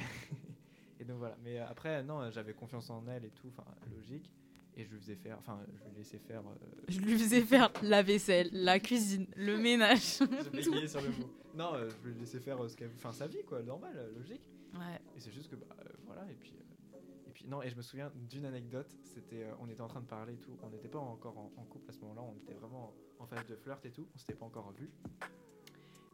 et donc voilà. Mais euh, après, non, euh, j'avais confiance en elle et tout, enfin, logique. Et je lui faisais faire, enfin, je lui laissais faire. euh, Je lui faisais faire la vaisselle, la cuisine, le ménage. J'ai bégayé sur le mot. Non, euh, je lui laissais faire euh, ce qu'elle, enfin, sa vie, quoi, normal, euh, logique. Ouais. Et c'est juste que, bah, euh, voilà, et puis, euh, et puis, non, et je me souviens d'une anecdote, c'était, euh, on était en train de parler et tout, on n'était pas encore en, en couple à ce moment-là, on était vraiment en, en phase de flirt et tout, on s'était pas encore vu.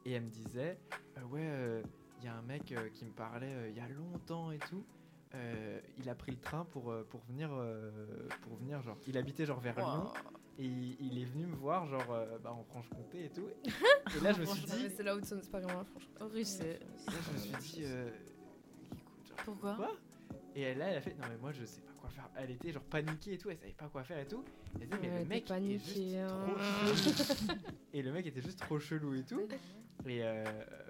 Et elle me disait, euh, ouais, il y a un mec euh, qui me parlait euh, il y a longtemps et tout, euh, il a pris le train pour, euh, pour venir, euh, pour venir, genre, il habitait genre vers Lyon, et il, il est venu me voir, genre, euh, bah, en Franche-Comté et tout. Et là, je me suis Ah, mais dit, c'est là où tu sonnes pas vraiment, franchement. Horrible, c'est. Là, je me suis dit, euh, écoute, genre, Pourquoi quoi Et là, elle a fait, non mais moi je sais pas quoi faire. Elle était genre paniquée et tout, elle savait pas quoi faire et tout. Elle dit, mais Ouais, le t'es mec est paniquée, juste hein. trop chelou. Et le mec était juste trop chelou et tout. Et euh,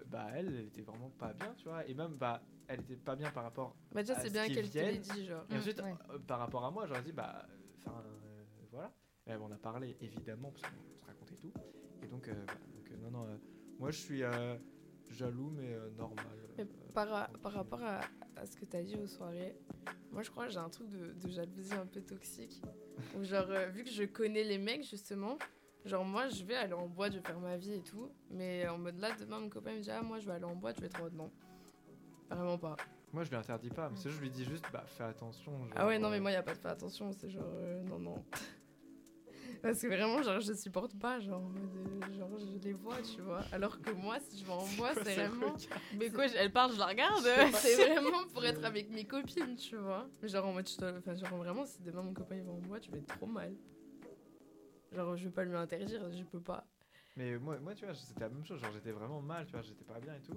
bah elle, elle était vraiment pas bien, tu vois. Et même, bah, elle était pas bien par rapport. Bah, déjà, Ah, c'est ce bien qu'ils qu'elle te l'ait viennent. dit, genre. Et Mm, ensuite, ouais. euh, par rapport à moi, j'aurais dit, bah, enfin, euh, voilà. Et on a parlé évidemment, parce qu'on se racontait tout. Et donc, euh, voilà. Donc, euh, non, non, euh, moi je suis euh, jaloux, mais euh, normal. Mais Euh, par, a- tranquille. par rapport à, à ce que t'as dit aux soirées, moi je crois que j'ai un truc de, de jalousie un peu toxique. Où genre, euh, vu que je connais les mecs justement, genre moi je vais aller en boîte, je vais faire ma vie et tout. Mais en mode là, demain mon copain me dit Ah, moi je vais aller en boîte, je vais être en mode non. Vraiment pas. Moi, je lui interdis pas, Mm. mais c'est juste, je lui dis juste, bah, fais attention. Ah ouais, genre, non, mais euh, moi y a pas de faire attention, c'est genre euh, non, non. Parce que vraiment, genre, je supporte pas, genre, en mode, euh, genre, je les vois, tu vois. Alors que moi, si je vais en boîte, quoi c'est ce vraiment. Mais quoi, je- elle parle, je la regarde. c'est vraiment pour être avec mes copines, tu vois. Mais Genre en mode, je te- enfin, genre vraiment, si demain mon copain il va en boîte, je vais être trop mal. Genre, je vais pas lui interdire, je peux pas. Mais moi, moi, tu vois, c'était la même chose. Genre, j'étais vraiment mal, tu vois, j'étais pas bien et tout.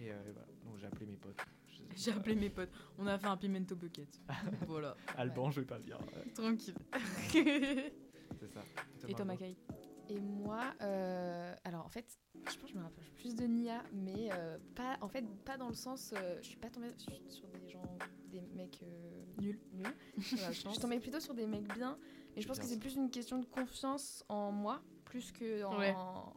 Et euh, voilà, donc j'ai appelé mes potes. Je- J'ai appelé mes potes. On a fait un pimento bucket. voilà, Ah, Alban, je vais pas bien. ouais, tranquille. c'est ça. Et toi, Margot Macaï Et moi, euh, alors en fait, je pense que je me rapproche plus de Nia, mais euh, pas, en fait, pas dans le sens. euh, je suis pas tombée sur sur des gens, des mecs euh, Nuls. nuls. Voilà, je suis tombée plutôt sur des mecs bien, mais C'est je pense bien que c'est ça. plus une question de confiance en moi, plus que en, Ouais. en,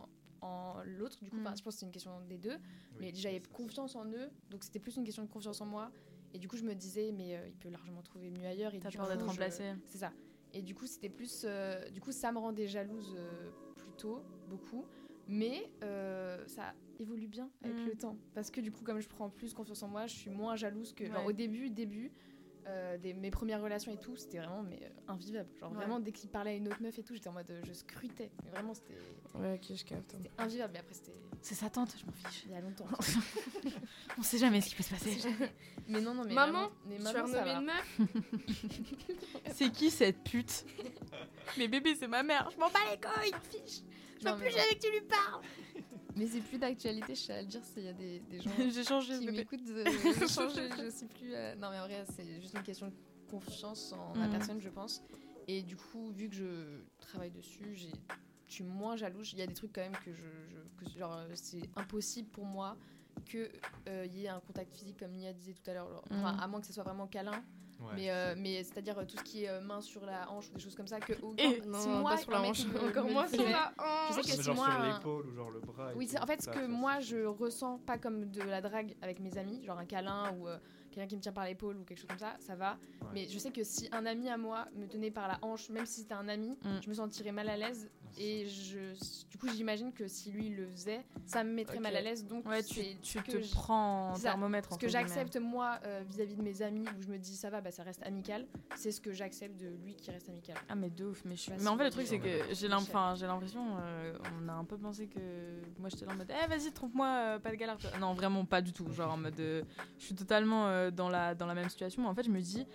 l'autre. Du coup, Mm. Enfin, je pense que c'est une question des deux. Oui, Mais déjà, j'avais c'est ça. confiance en eux, donc c'était plus une question de confiance en moi. Et du coup, je me disais, mais euh, il peut largement trouver mieux ailleurs. et T'as du peur coup, d'être je- remplacée c'est ça. Et du coup, c'était plus. euh, du coup, ça me rendait jalouse euh, plutôt, beaucoup. Mais euh, ça évolue bien avec Mm. le temps. Parce que du coup, comme je prends plus confiance en moi, je suis moins jalouse que. Genre, Ouais. au début, début, euh, des, mes premières relations et tout, c'était vraiment mais, euh, invivable. Genre, Ouais. vraiment, dès qu'il parlait à une autre meuf et tout, j'étais en mode. euh, je scrutais. Mais vraiment, c'était Ouais, ok, je capte. c'était invivable. Mais après, c'était C'est sa tante, je m'en fiche. il y a longtemps. On sait jamais ce qui peut se passer. mais non, non, mais. Maman, vraiment, mais Tu vas maman, ça renommer va. une meuf C'est qui cette pute Mais bébé, c'est ma mère. Je m'en bats les couilles. Fiche. Je veux Non, mais plus voilà. jamais que tu lui parles. Mais c'est plus d'actualité, je tiens à le dire, s'il y a des, des gens. J'ai changé qui bébé. m'écoute, euh, je change, je sais plus. euh, Non, mais en vrai, c'est juste une question de confiance en la Mm. personne, je pense. Et du coup, vu que je travaille dessus, j'ai- je suis moins jalouse. Il y a des trucs quand même que je. je- que, genre, euh, c'est impossible pour moi qu'il y ait un contact physique, comme Nia disait tout à l'heure. genre, Mm. enfin, À moins que ce soit vraiment câlin. Ouais. Mais, euh, mais c'est-à-dire euh, tout ce qui est euh, main sur la hanche ou des choses comme ça. Que, aucun- Eh, si Non, moi, pas sur la un mec hanche. me- Encore me le moins sur faisait- la Je sais hanche. que si Ah, genre moi, sur un- l'épaule ou genre le bras. et oui, tout, c'est en fait ce ça, que ça, moi ça, je ressens pas comme de la drague avec mes amis, genre un câlin ou euh, quelqu'un qui me tient par l'épaule ou quelque chose comme ça, ça va. Ouais. Mais je sais que si un ami à moi me tenait par la hanche, même si c'était un ami, Mm. je me sentirais mal à l'aise Non, c'est et je, du coup j'imagine que si lui le faisait, ça me mettrait Ok. mal à l'aise. Donc Ouais, c'est tu, tu ce que te je- prends en C'est ça. thermomètre. ce que j'accepte moi euh, vis-à-vis de mes amis où je me dis ça va, bah ça reste amical, c'est ce que j'accepte de lui qui reste amical. Ah, mais de ouf. Mais, je suis- Bah, mais en si, fait, le on truc, est c'est Oh, que d'accord. j'ai l'im- enfin, j'ai l'impression. euh, on a un peu pensé que. Moi, j'étais là en mode. Eh, vas-y, trompe-moi, euh, pas de galère. tu vois. Non, vraiment, pas du tout. Genre en mode. euh, je suis totalement euh, dans, la, dans la même situation. Mais en fait, je me dis.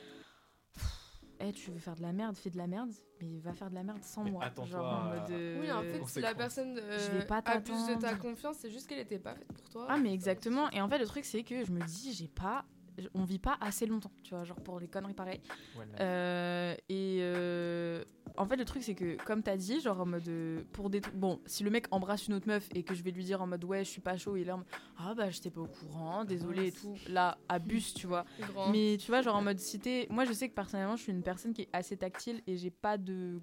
Eh, tu veux faire de la merde, fais de la merde, mais va faire de la merde sans Mais moi. attends-toi Genre en à- mode. euh, Oui, en fait, On si la s'écrase. personne euh, Je vais pas abuse de ta t'attendre. confiance, c'est juste qu'elle était pas faite pour toi. Ah mais exactement. Et en fait le truc c'est que je me dis j'ai pas, on vit pas assez longtemps, tu vois, genre pour les conneries pareilles. One life. Euh, et euh, en fait le truc c'est que comme t'as dit genre en mode euh, pour des trucs- bon si le mec embrasse une autre meuf et que je vais lui dire en mode ouais je suis pas chaud il est là en mode, ah bah j'étais pas au courant désolé et tout là abuse tu vois Grand. mais tu vois, genre en mode cité, moi je sais que personnellement je suis une personne qui est assez tactile et j'ai pas de.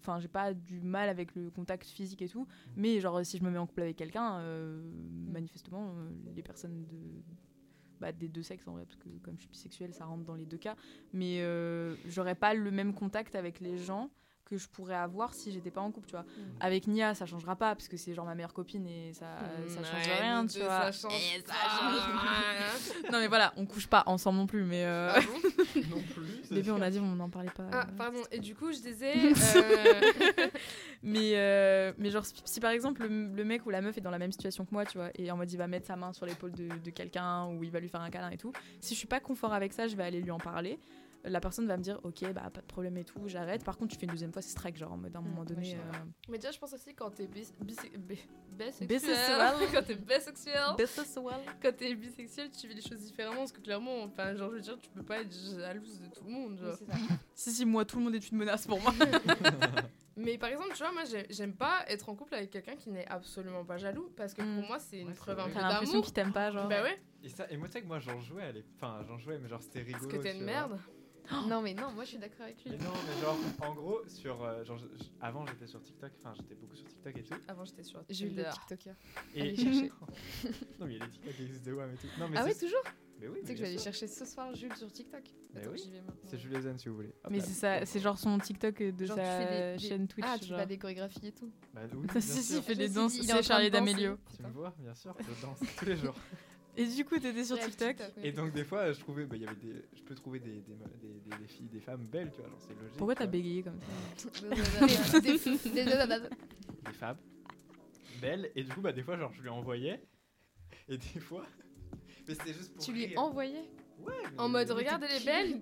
Enfin, j'ai pas du mal avec le contact physique et tout. Mm. Mais genre, si je me mets en couple avec quelqu'un, euh, manifestement, euh, les personnes de, bah, des deux sexes en vrai, parce que comme je suis bisexuelle, ça rentre dans les deux cas. Mais euh, j'aurais pas le même contact avec les gens que je pourrais avoir si j'étais pas en couple, tu vois. Mm. Avec Nia, ça changera pas parce que c'est genre ma meilleure copine et ça, ça change Bah, Mm, Ouais, rien, nous tu deux, vois. Ça change Et ça rien. Non mais voilà, on couche pas ensemble non plus, mais euh, Ah bon Non plus. c'est bébé, sûr. on a dit on n'en parlait pas. Ah, euh. pardon. Et du coup, je disais. euh, Mais, euh, mais genre, si- si par exemple le, le mec ou la meuf est dans la même situation que moi, tu vois, et en mode il va mettre sa main sur l'épaule de, de quelqu'un ou il va lui faire un câlin et tout, si je suis pas confort avec ça, je vais aller lui en parler. La personne va me dire, ok, bah pas de problème et tout, j'arrête. Par contre, tu fais une deuxième fois, c'est strike, genre en mode à un moment Mm, donné. euh, ouais, Mais déjà, je pense aussi quand t'es bis- bis- bi- Bisexuel. bisexuel, quand t'es bisexuel, euh, Best as well. quand t'es bisexuel, tu vis les choses différemment parce que clairement, enfin, genre, je veux dire, tu peux pas être jalouse de tout le monde. Oh. genre. Oui, c'est Si, ça. si, moi, tout le monde est une menace pour moi. Mais par exemple, tu vois, moi, j'ai- j'aime pas être en couple avec quelqu'un qui n'est absolument pas jaloux parce que Mm. pour moi, c'est une Ouais, c'est preuve un vrai. peu T'as l'impression d'amour. qu'il t'aime pas, genre. Bah ouais, Et, ça, et moi, tu sais que moi, j'en jouais à l'époque. Enfin, j'en jouais, mais genre, c'était rigolo. parce que t'es tu une vois. merde. Non, mais non, moi je suis d'accord avec lui. Mais non, mais genre, en gros, sur, euh, genre, je- je- avant, j'étais sur TikTok. Enfin, j'étais beaucoup sur TikTok et tout. Avant, j'étais sur J'ai eu le Tinder. TikToker. Et Allez chercher. non, mais il y a les TikTok qui existent de WAM et tout. Non, mais Ah c'est- ouais, toujours mais oui, Tu sais que mais je bien vais aller sûr. chercher ce soir Jules sur TikTok. Bah Attends, oui. j'y vais maintenant. C'est Jules Zen, si vous voulez. Hop Mais là. c'est ça, c'est genre son TikTok de Genre, tu sa fais des- des- chaîne Twitch. Ah, tu fais genre. pas des chorégraphies et tout. Ah, Bah oui, bien si, si, sûr. il fait Je des me suis danses. dit, il est en C'est train Charlie de danser. D'Amelio. Tu Putain. me vois, bien sûr, je danse tous les jours. Et du coup, t'étais sur TikTok. Et donc, des fois, je trouvais, bah, il y avait des, je peux trouver des, des, me- des, des- des filles, des femmes belles, tu vois, genre, c'est logique. hein. Pourquoi tu t'as vois. bégayé comme ça Des- des- des- des- des- Des femmes belles, et du coup, bah, des fois, genre, je lui envoyais, et des fois, mais c'était juste pour Tu lui rire. envoyais Ouais, mais- En mode, regardez les belles.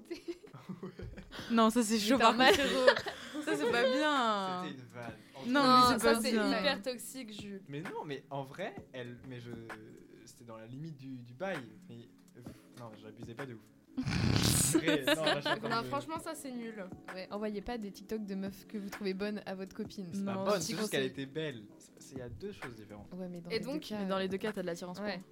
Non, ça c'est chaud T'as par mal. Ça c'est pas bien. C'était une vanne. En Non, tout mais c'est cas, ça pas c'est bien. hyper toxique, Jules. Mais non, mais en vrai, elle, mais je, c'était dans la limite du, du bail. Mais pff, non, j'abusais pas de ouf. Vrai, non, là, je suis en train Non, de- franchement, ça c'est nul. Ouais, envoyez pas des TikTok de meufs que vous trouvez bonnes à votre copine. c'est pas non, bonne. si C'est juste qu'elle conseil. était belle. C'est- c'est- Il y a deux choses différentes. Ouais, mais dans Et les donc, deux cas, Mais dans les deux cas, t'as de l'attirance. Ouais. pour.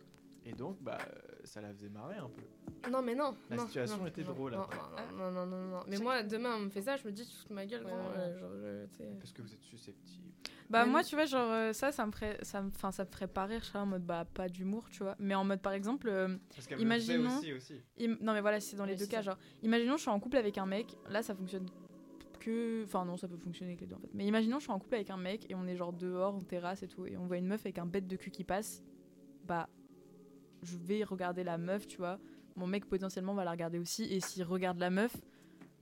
Et donc, bah, euh, ça la faisait marrer un peu. Non, mais non. La non, situation non, était non, drôle, Non, après. non, non, non, non, non, non. Mais C'est- moi, demain, on me fait ça, je me dis, tu te fous de ma gueule, Ouais, grand, ouais. euh, genre, euh, tu sais. Parce que vous êtes susceptible. Bah Même- moi, tu vois, genre euh, ça, ça me ferait, ça me, enfin, ça me ferait pas rire. Je serais en mode bah pas d'humour, tu vois. Mais en mode par exemple, euh, Parce qu'elle me le faisait Imaginons- aussi, aussi. im- non mais voilà, c'est dans les Ouais, deux c'est cas. ça. Genre, imaginons, je suis en couple avec un mec. Là, ça fonctionne que, enfin non, ça peut fonctionner avec les deux en fait. Mais imaginons, je suis en couple avec un mec et on est genre dehors, en terrasse et tout, et on voit une meuf avec un bête de cul qui passe. Bah, je vais regarder la meuf, tu vois. Mon mec potentiellement va la regarder aussi, et s'il regarde la meuf,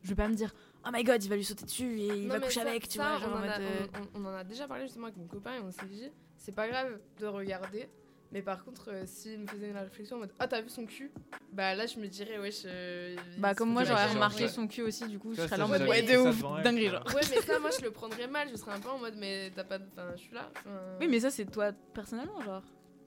je vais pas me dire. Oh my god, il va lui sauter dessus et il Non, va mais coucher ça- avec, tu ça, vois. Genre, en on, en a, mode, euh, on- on- on en a déjà parlé justement avec mon copain et on s'est dit, c'est pas grave de regarder. Mais par contre, euh, s'il me faisait une réflexion en mode Ah, t'as vu son cul Bah là, je me dirais, euh, ouais, je. Bah comme c'est moi Ouais, j'aurais genre, remarqué ouais. son cul aussi du coup Tu je vois, serais ça, là en mode j'avais ouais fait de ça ouf devant elle, dinguerie tu genre. Ouais, mais ça, moi, je le prendrais mal. Je serais un peu en mode, mais t'as pas. Enfin, je suis là. enfin, Oui mais ça c'est toi personnellement genre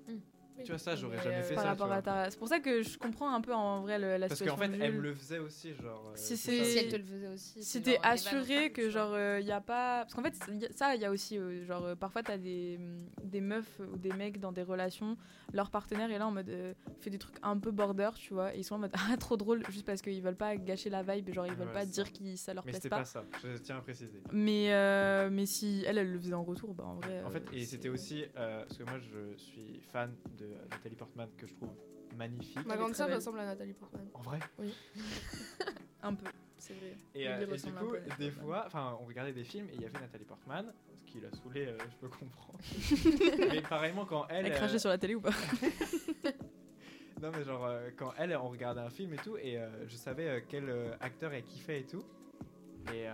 oui. Tu vois, ça, j'aurais Mais, jamais fait euh, par ça, tu rapport vois. à ta c'est pour ça que je comprends un peu en vrai le- la Parce situation qu'en fait, de elle Jules. me le faisait aussi, genre. euh, Si si c'est- elle te le faisait aussi. si c'est t'es genre un débat assuré non que plus, genre il y a pas parce qu'en fait c'est- y a- ça il y a aussi euh, genre euh, parfois t'as des des meufs ou des mecs dans des relations leur partenaire est là en mode euh, fait des trucs un peu border tu vois et ils sont en mode ah trop drôle juste parce qu'ils veulent pas gâcher la vibe genre ils veulent Ah Ouais, pas c'est dire ça. que ça leur Mais plaise c'était pas pas ça. Je tiens à préciser. mais euh, mais si elle elle le faisait en retour bah en vrai En euh, fait, et c'est- c'était aussi euh, parce que moi je suis fan de Nathalie Portman que je trouve magnifique. Ma Elle est grande très sœur belle. ressemble à Nathalie Portman. En vrai. un peu C'est vrai. Et, Il euh, lui et du ressemble un coup, peu, Nathalie des Portman. fois, enfin, on regardait des films et il y avait Nathalie Portman, ce qui l'a saoulé, euh, je peux comprendre. mais pareillement quand elle, elle euh, crachait sur la télé ou pas non mais genre euh, quand elle, on regardait un film et tout, et euh, je savais euh, quel euh, acteur elle kiffait et tout, et, euh,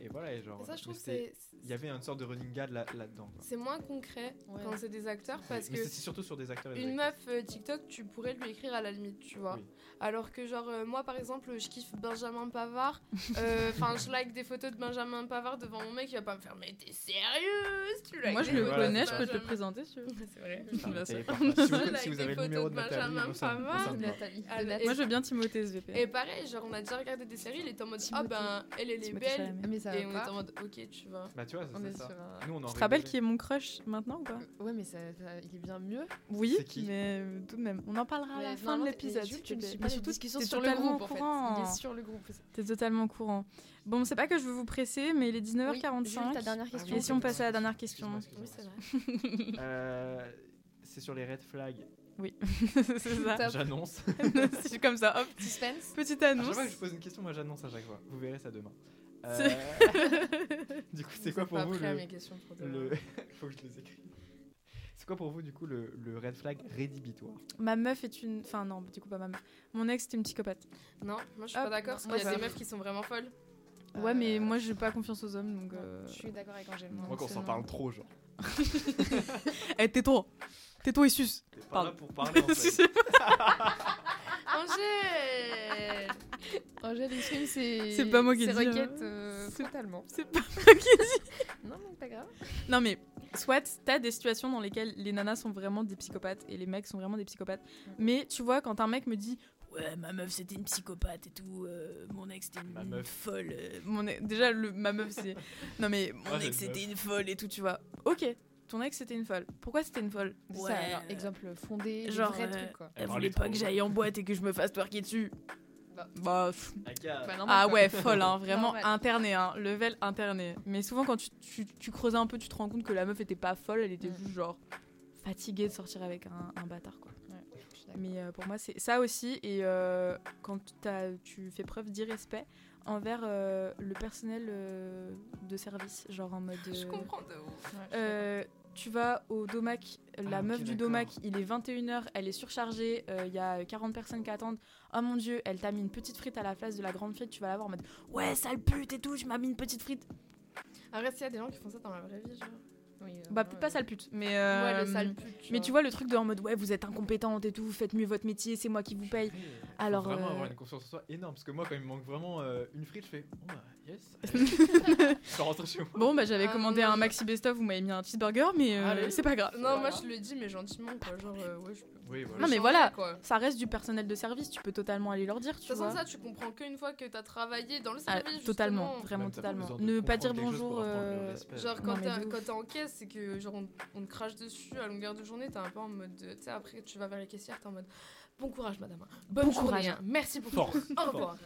et voilà et genre. Et ça, je mais trouve que c'était- c'est. Il y avait une sorte de running gag là- là-dedans. quoi. C'est moins concret Ouais. quand c'est des acteurs parce mais que c'est surtout sur des acteurs. Et des une actrices. meuf euh, TikTok, tu pourrais lui écrire à la limite, tu vois. Oui. Alors que genre euh, moi par exemple, je kiffe Benjamin Pavard. Euh, Enfin, je like des photos de Benjamin Pavard devant mon mec, il va pas me faire mais t'es sérieuse, tu likes Moi, je des le photos de connais, je peux te le Benjamin- présenter si tu veux. C'est vrai. Enfin, Bien sûr. Nathalie Portman. Si vous- Like si vous des avez le photos numéro de de Nathalie, Benjamin moi, ça me- moi, ça Pavard. me genre. va. Nathalie. Ah, de mais- Nathalie. Moi, je veux bien Timothée SVP. Et pareil, genre on a déjà regardé des séries, il était en mode ah Timothée. ben elle elle est Timothée belle Chalamet. Ah, mais ça et va on pas. est en mode OK, tu vois. Bah tu vois, c'est- On est c'est ça. sur un- Nous on en Tu te rappelles rigolait. qui est mon crush maintenant ou pas Ouais, mais ça, ça- il est bien mieux. Oui, C'est qui mais euh, tout de même. On en parlera à la Mais fin de normalement, l'épisode. mais Jules, s'il tu te ne plaît. suis Mais pas les surtout, discussions t'es sur le totalement groupe. au en fait. courant. Il est sur le groupe. T'es totalement au courant. Bon, c'est pas que je veux vous presser, mais il est Oui, Jules, 19h45. ta dernière Ah Et question. oui, si on excuse-moi, passait à la dernière excuse-moi, question excuse-moi, Oui, c'est vrai. excuse-moi. Euh, c'est sur les red flags. c'est ça. Top. J'annonce. c'est comme ça, hop, Suspense. petite À chaque annonce. fois que je pose une question, moi j'annonce à chaque fois. Vous verrez ça demain. Euh, du coup, c'est Vous quoi êtes pour pas vous prêts à le, mes questions pour demain. le... Faut que je les écrive. C'est quoi pour vous du coup le, le red flag rédhibitoire ma meuf est une. Enfin, non, du coup, pas ma meuf. Mon ex, c'était une psychopathe. Non, moi je suis Hop, pas d'accord moi, parce qu'il y a ça- des meufs qui sont vraiment folles. Ouais, mais Euh, moi, j'ai pas confiance aux hommes, donc. euh, Je suis d'accord avec Angèle. moi. Moi Moi, qu'on qu'on s'en s'en parle trop genre. Eh, tais-toi Tais-toi et suce T'es pas Pardon. là pour parler en fait. Angèle Angèle exprime ses, C'est pas moi qui ses ai dit, requêtes hein. euh, C'est- frontalement. C'est pas moi qui ai dit. Non, mais pas grave. Non, mais soit t'as des situations dans lesquelles les nanas sont vraiment des psychopathes et les mecs sont vraiment des psychopathes. Mais tu vois, quand un mec me dit Ouais, ma meuf c'était une psychopathe et tout, euh, mon ex c'était une Ma meuf. folle. euh, mon ex- Déjà, le, ma meuf c'est. Non, mais mon Ah, j'ai ex une meuf. c'était une folle et tout, tu vois. Ok, ton ex c'était une folle. Pourquoi c'était une folle Ça, euh, alors, exemple fondé, genre genre, vrai euh, truc quoi. Elle Elle voulait parlait pas Eh, trop. que j'aille en boîte et que je me fasse twerker dessus. Bah. Bah, pff, Aka, Bah, normal, Ah quoi. ouais, folle, hein, vraiment Normal. interné, hein, level interné. Mais souvent, quand tu, tu, tu creuses un peu, tu te rends compte que la meuf était pas folle, elle était Mm. juste genre fatiguée de sortir avec un, un bâtard quoi. Je suis d'accord. Mais euh, pour moi, c'est ça aussi. Et euh, quand t'as- tu fais preuve d'irrespect envers euh, le personnel euh, de service, genre en mode. Je euh, comprends de Ouais, ouf. je suis euh, tu vas au domac, la Ah, ok, meuf du d'accord. domac, il est 21h, elle est surchargée, euh, il y a 40 personnes qui attendent. Oh mon dieu, elle t'a mis une petite frite à la place de la grande frite, tu vas la voir en mode Ouais, sale pute et tout, tu m'as mis une petite frite. Après, s'il y a des gens qui font ça dans la vraie vie, genre. d'accord. Oui, euh, Bah, ouais, pas sale pute, mais. euh, Ouais, le sale pute. mais tu vois le truc de en mode Ouais, vous êtes incompétente et tout, faites mieux votre métier, c'est moi qui vous paye. Alors Alors, vraiment euh, avoir une confiance en soi énorme parce que moi quand il me manque vraiment euh, une frite je fais oh bah yes. allez. je rentre chez moi. Bon, bah j'avais Ah, commandé non, un je- maxi best-of, vous m'avez mis un cheeseburger, mais euh, Allez. c'est pas grave. Non, moi Voilà. je le dis, mais gentiment, quoi. Genre, euh, ouais, je peux. Oui je peux voilà. Non, mais changer, voilà. quoi. Ça reste du personnel de service, tu peux totalement aller leur dire, De tu toute façon, vois. ça, tu comprends qu'une fois que t'as travaillé dans le Ah, service. totalement, justement. vraiment Même, t'as pas totalement. besoin de Ne pas dire comprendre quelque chose bonjour. pour apprendre le euh, respect, Genre, genre. quand Non, mais t'as- de ouf. quand t'es en caisse, c'est que genre on, on te crache dessus à longueur de journée, t'es un peu en mode. de- Tu sais, après, tu vas vers les caissières, t'es en mode. Bon courage, madame. Bon courage. Merci pour Force. tout. Au revoir.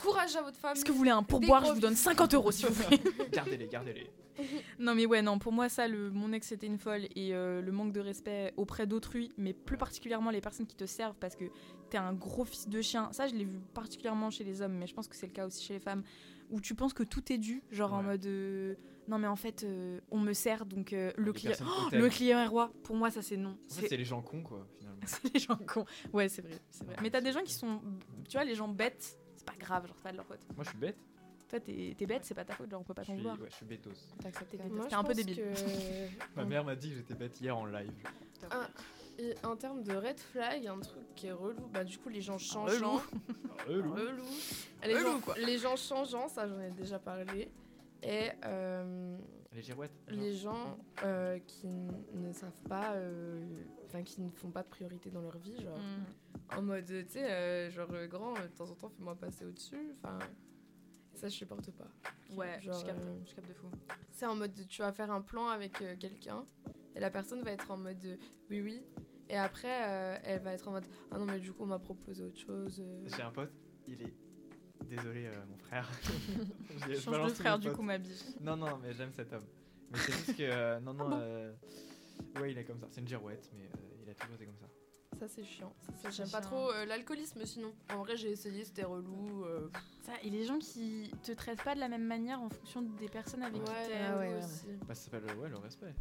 Courage à votre femme. Est-ce que vous voulez un pourboire Je vous donne 50 euros, s'il vous plaît. Gardez-les, gardez-les. non, mais ouais, non, pour moi, ça, le, mon ex, c'était une folle. Et euh, le manque de respect auprès d'autrui, mais plus particulièrement les personnes qui te servent parce que t'es un gros fils de chien. Ça, je l'ai vu particulièrement chez les hommes, mais je pense que c'est le cas aussi chez les femmes. Où tu penses que tout est dû, genre en Ouais. mode. euh, non, mais en fait, euh, on me sert, donc euh, le, Les client, personnes Oh, t'aiment. le client est roi. Pour moi, ça, c'est non. En fait, c'est les gens cons quoi finalement. C'est les gens cons. Ouais, c'est vrai, c'est vrai. Ouais, Mais t'as c'est des gens vrai. qui sont. Tu vois, les gens bêtes, c'est pas grave, genre, c'est pas de leur faute. Moi je suis bête. Toi, t'es t'es bête, c'est pas ta faute, genre, Bah, on Bah, peut pas Je t'en suis, vouloir. ouais, je suis bêtos. t'acceptes quand même. Moi, C'était un peu débile. Ma mère m'a dit que j'étais bête hier en live. Et en termes de red flag, un truc qui est relou, bah du coup les gens changeants. Relou. Relou. Relou. Les, Relou, gens, quoi. les gens changeants, ça j'en ai déjà parlé. Et euh, Les girouettes. les gens euh, qui n- ne savent pas, euh, enfin qui ne font pas de priorité dans leur vie, genre Mm. en mode, tu sais, euh, genre euh, grand, euh, de temps en temps fais-moi passer au-dessus. Enfin, ça je supporte pas. Ouais, Genre, je capte, euh, je capte de fou. C'est en mode, tu vas faire un plan avec euh, quelqu'un et la personne va être en mode euh, oui, oui. Et après, euh, elle va être en mode ah non, mais du coup, on m'a proposé autre chose. euh. J'ai un pote, il est. Désolé, euh, mon frère. Je- je Change balance de tous frère, mes du potes. coup, ma biche. Non, non, mais j'aime cet homme. Mais c'est juste que. euh, non, non. Ah bon euh, ouais, il est comme ça. C'est une girouette, mais euh, il a toujours été comme ça. Ça, c'est chiant. Ça, c'est- Ça, c'est J'aime pas chiant. trop euh, l'alcoolisme, sinon. En vrai, j'ai essayé, c'était relou. euh, Ça, et les gens qui te traitent pas de la même manière en fonction des personnes avec qui Ouais, t'es. ah euh, ouais, moi ouais, aussi. Bah, ça s'appelle euh, ouais, le respect.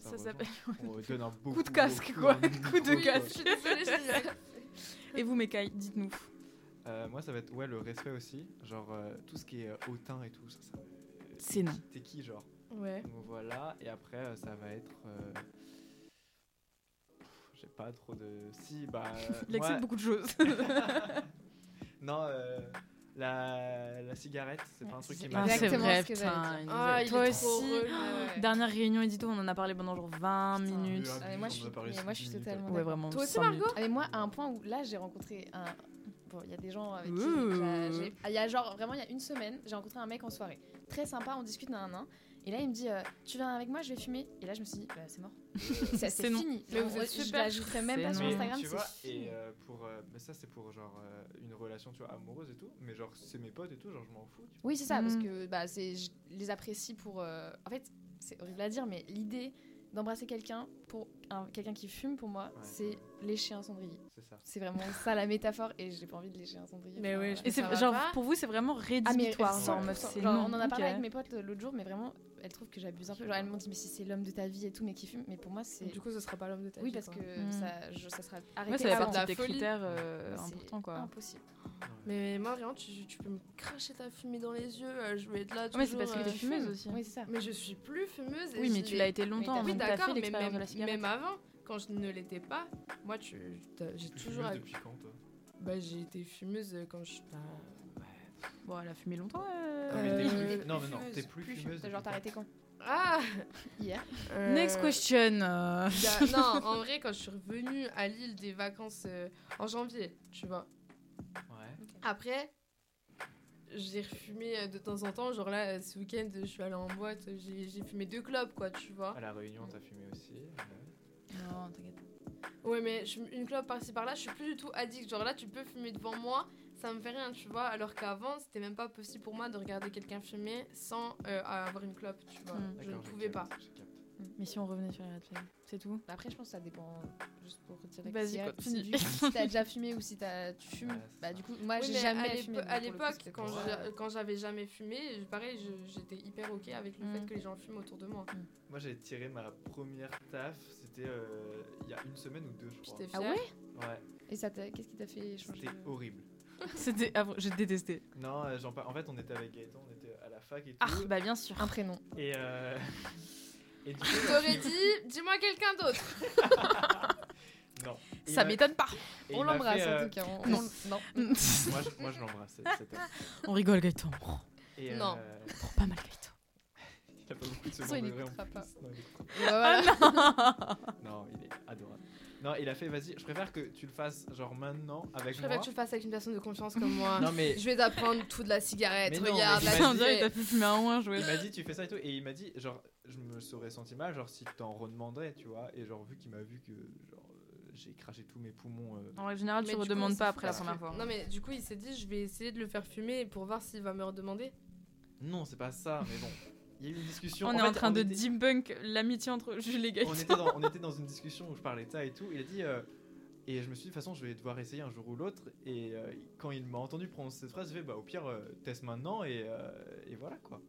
Ça rejoint. s'appelle- On donne un beau Coup de casque, quoi. dans le Coup de micro, Oui, quoi. casque. je suis désolée, je disais. Et vous, Mekai, dites-nous. Euh, moi, ça va être ouais, le respect aussi. Genre, euh, tout ce qui est euh, hautain et tout, ça, ça me- C'est non. T'es qui, genre Ouais. Donc voilà, et après, euh, ça va être. euh, J'ai pas trop de. Si, bah. euh, Il accepte moi- beaucoup de choses. Non, euh, la... la cigarette, c'est pas un truc qui c'est m'a. Exactement c'est vrai, ce que j'allais putain, dire. il nous a- Ah, il Toi est trop aussi. relou. ouais. Dernière réunion édito, on en a parlé pendant genre 20 Putain. minutes. Ah, Ah, mais mais moi, on je suis, en a parlé mais cinq moi, je suis minutes, totalement. Ouais, d'accord. vraiment. Toi aussi, cinq Margot minutes. Ah, mais moi, à un point où là, j'ai rencontré un. Bon, il y a des gens avec qui. Ouh. j'a- j'ai- ah, Il y a genre vraiment, il y a une semaine, j'ai rencontré un mec en soirée. Très sympa, on discute, nan, nan, nan. Et là, il me dit euh, Tu viens avec moi, je vais fumer. Et là, je me suis dit Bah, C'est mort. Ça, C'est C'est non. fini. Mais Non, vous êtes je super l'ajouterai même chou- pas c'est sur non. Mais Instagram. tu c'est vois, fini. et euh, pour, euh, mais ça c'est pour genre euh, une relation tu vois, amoureuse et tout, mais genre c'est mes potes et tout, genre je m'en fous. Tu vois. Oui, c'est ça, Mm. parce que bah, c'est, je les apprécie pour. euh, en fait, c'est horrible à dire, mais l'idée d'embrasser quelqu'un pour un- quelqu'un qui fume pour moi, Ouais. c'est lécher un cendrier. C'est ça. C'est vraiment ça la métaphore et j'ai pas envie de lécher un cendrier. Mais Enfin, ouais, euh, je Et Ça c'est va genre pas pour vous c'est vraiment Ah, mais rédhibitoire elle- genre, en 100%. mode, c'est Genre, non, on en a parlé ok. avec mes potes euh, l'autre jour, mais vraiment, elles trouvent que j'abuse un peu. Genre, elles m'ont dit, mais si c'est l'homme de ta vie et tout, mais qui fume. Mais pour moi, c'est. Du coup, ce sera pas l'homme de ta Oui, vie, parce quoi. que Mm. ça, je- ça sera arrêté. Moi, c'est la avant. de la partie des folie. critères euh, C'est importants, quoi. Impossible. Mais Marianne, tu, tu peux me cracher ta fumée dans les yeux. euh, Je vais être là. Ah, mais c'est parce que tu toujours, euh, fumes. fumeuse aussi. Oui, c'est ça. Mais je suis plus fumeuse. et Oui, mais je tu l'as l'ai- été longtemps, Oui, donc t'as fait d'accord, mais l'expérience de la même, cigarette. même avant, quand je ne l'étais pas, moi, tu, t'as- j'ai toujours. Toujours depuis quand, toi Bah, j'ai été fumeuse quand je. bah, Bon, elle a fumé longtemps. Non, mais euh. Ah t'es Euh, plus- Non, mais non, fumeuse. t'es plus Plus, fumeuse. t'as depuis genre, t'as quand arrêté quand Ah Hier. Euh, Next question. euh. y a- Non, en vrai, quand je suis revenue à Lille des vacances euh, en janvier, tu vois. Ouais. Après, j'ai refumé euh, de temps en temps. Genre là, euh, ce week-end, je suis allée en boîte, j'ai j'ai fumé deux clopes, quoi, tu vois. À la réunion, t'as fumé aussi. ouais. Non, t'inquiète. Ouais, mais je- une clope par-ci par-là, je suis plus du tout addict. Genre là, tu peux fumer devant moi, ça me fait rien, tu vois. Alors qu'avant, c'était même pas possible pour moi de regarder quelqu'un fumer sans euh, avoir une clope, tu vois. Mm. Je ne D'accord, pouvais pas. capte, je capte. Mais si on revenait sur les red flags, c'est tout Bah, Après, je pense que ça dépend. Juste pour dire Vas-y, si, continue. du- si t'as déjà fumé ou si t'as, tu fumes. Ouais, c'est bah, ça. du coup, moi, Oui, j'ai mais à jamais l'épo- fumé. donc, À pour le coup, l'époque, c'était quand pour- pour je- quand j'avais jamais fumé, je- pareil, je- j'étais hyper ok avec le Mm. fait que les gens fument autour de moi. Moi, j'ai tiré ma première taf, c'était euh, il y a une semaine ou deux, je crois. J'étais Ah fière. ouais Ouais, Et ça t'a- qu'est-ce qui t'a fait changer c'était de- horrible. C'était. ah, bon, J'ai détesté. Non, euh, j'en par- en fait, on était avec Gaëtan, on était à la fac et tout. Ah, bah bien sûr. Un prénom. Et, euh, et du coup, T'aurais dit, dis-moi quelqu'un d'autre. Non. Et il Ça m'a- m'étonne pas. et On il m'a l'embrasse fait, en euh, tout cas. on- non. on- Non. Moi, je, moi, je l'embrasse, cette- cette heure. on rigole, Gaëtan. Oh, Et, Non. euh, Trop pas mal, Gaëtan. il a pas beaucoup de toute façon, secondes il de vrai, en écoutera plus. pas. Non, il écoutera Ouais, Ah voilà. pas. Non, il est adorable. Non, il a fait, vas-y, je préfère que tu le fasses genre maintenant avec Je moi. préfère que tu le fasses avec une personne de confiance comme moi. Non, mais Je vais t'apprendre tout de la cigarette, Mais non, mais regarde, j'imagine- la On dirait que t'as cigarette. fait fumer un ouin, jouer. Il m'a dit tu fais ça et tout et il m'a dit genre je me serais senti mal genre si t'en redemandais tu vois et genre vu qu'il m'a vu que genre euh, j'ai craché tous mes poumons euh, En général, Mais tu du coup, redemandes c'est pas fou après la parce que- première fois. Non mais du coup il s'est dit je vais essayer de le faire fumer pour voir s'il va me redemander. non c'est pas ça mais bon il y a eu une discussion On est en fait, train de était- debunk l'amitié entre Jules et on Gaëtan. était dans on était dans une discussion où je parlais de ça et tout il a dit euh, et je me suis dit de toute façon je vais devoir essayer un jour ou l'autre et euh, quand il m'a entendu prononcer cette phrase j'ai fait bah au pire euh, teste maintenant et, euh, et voilà quoi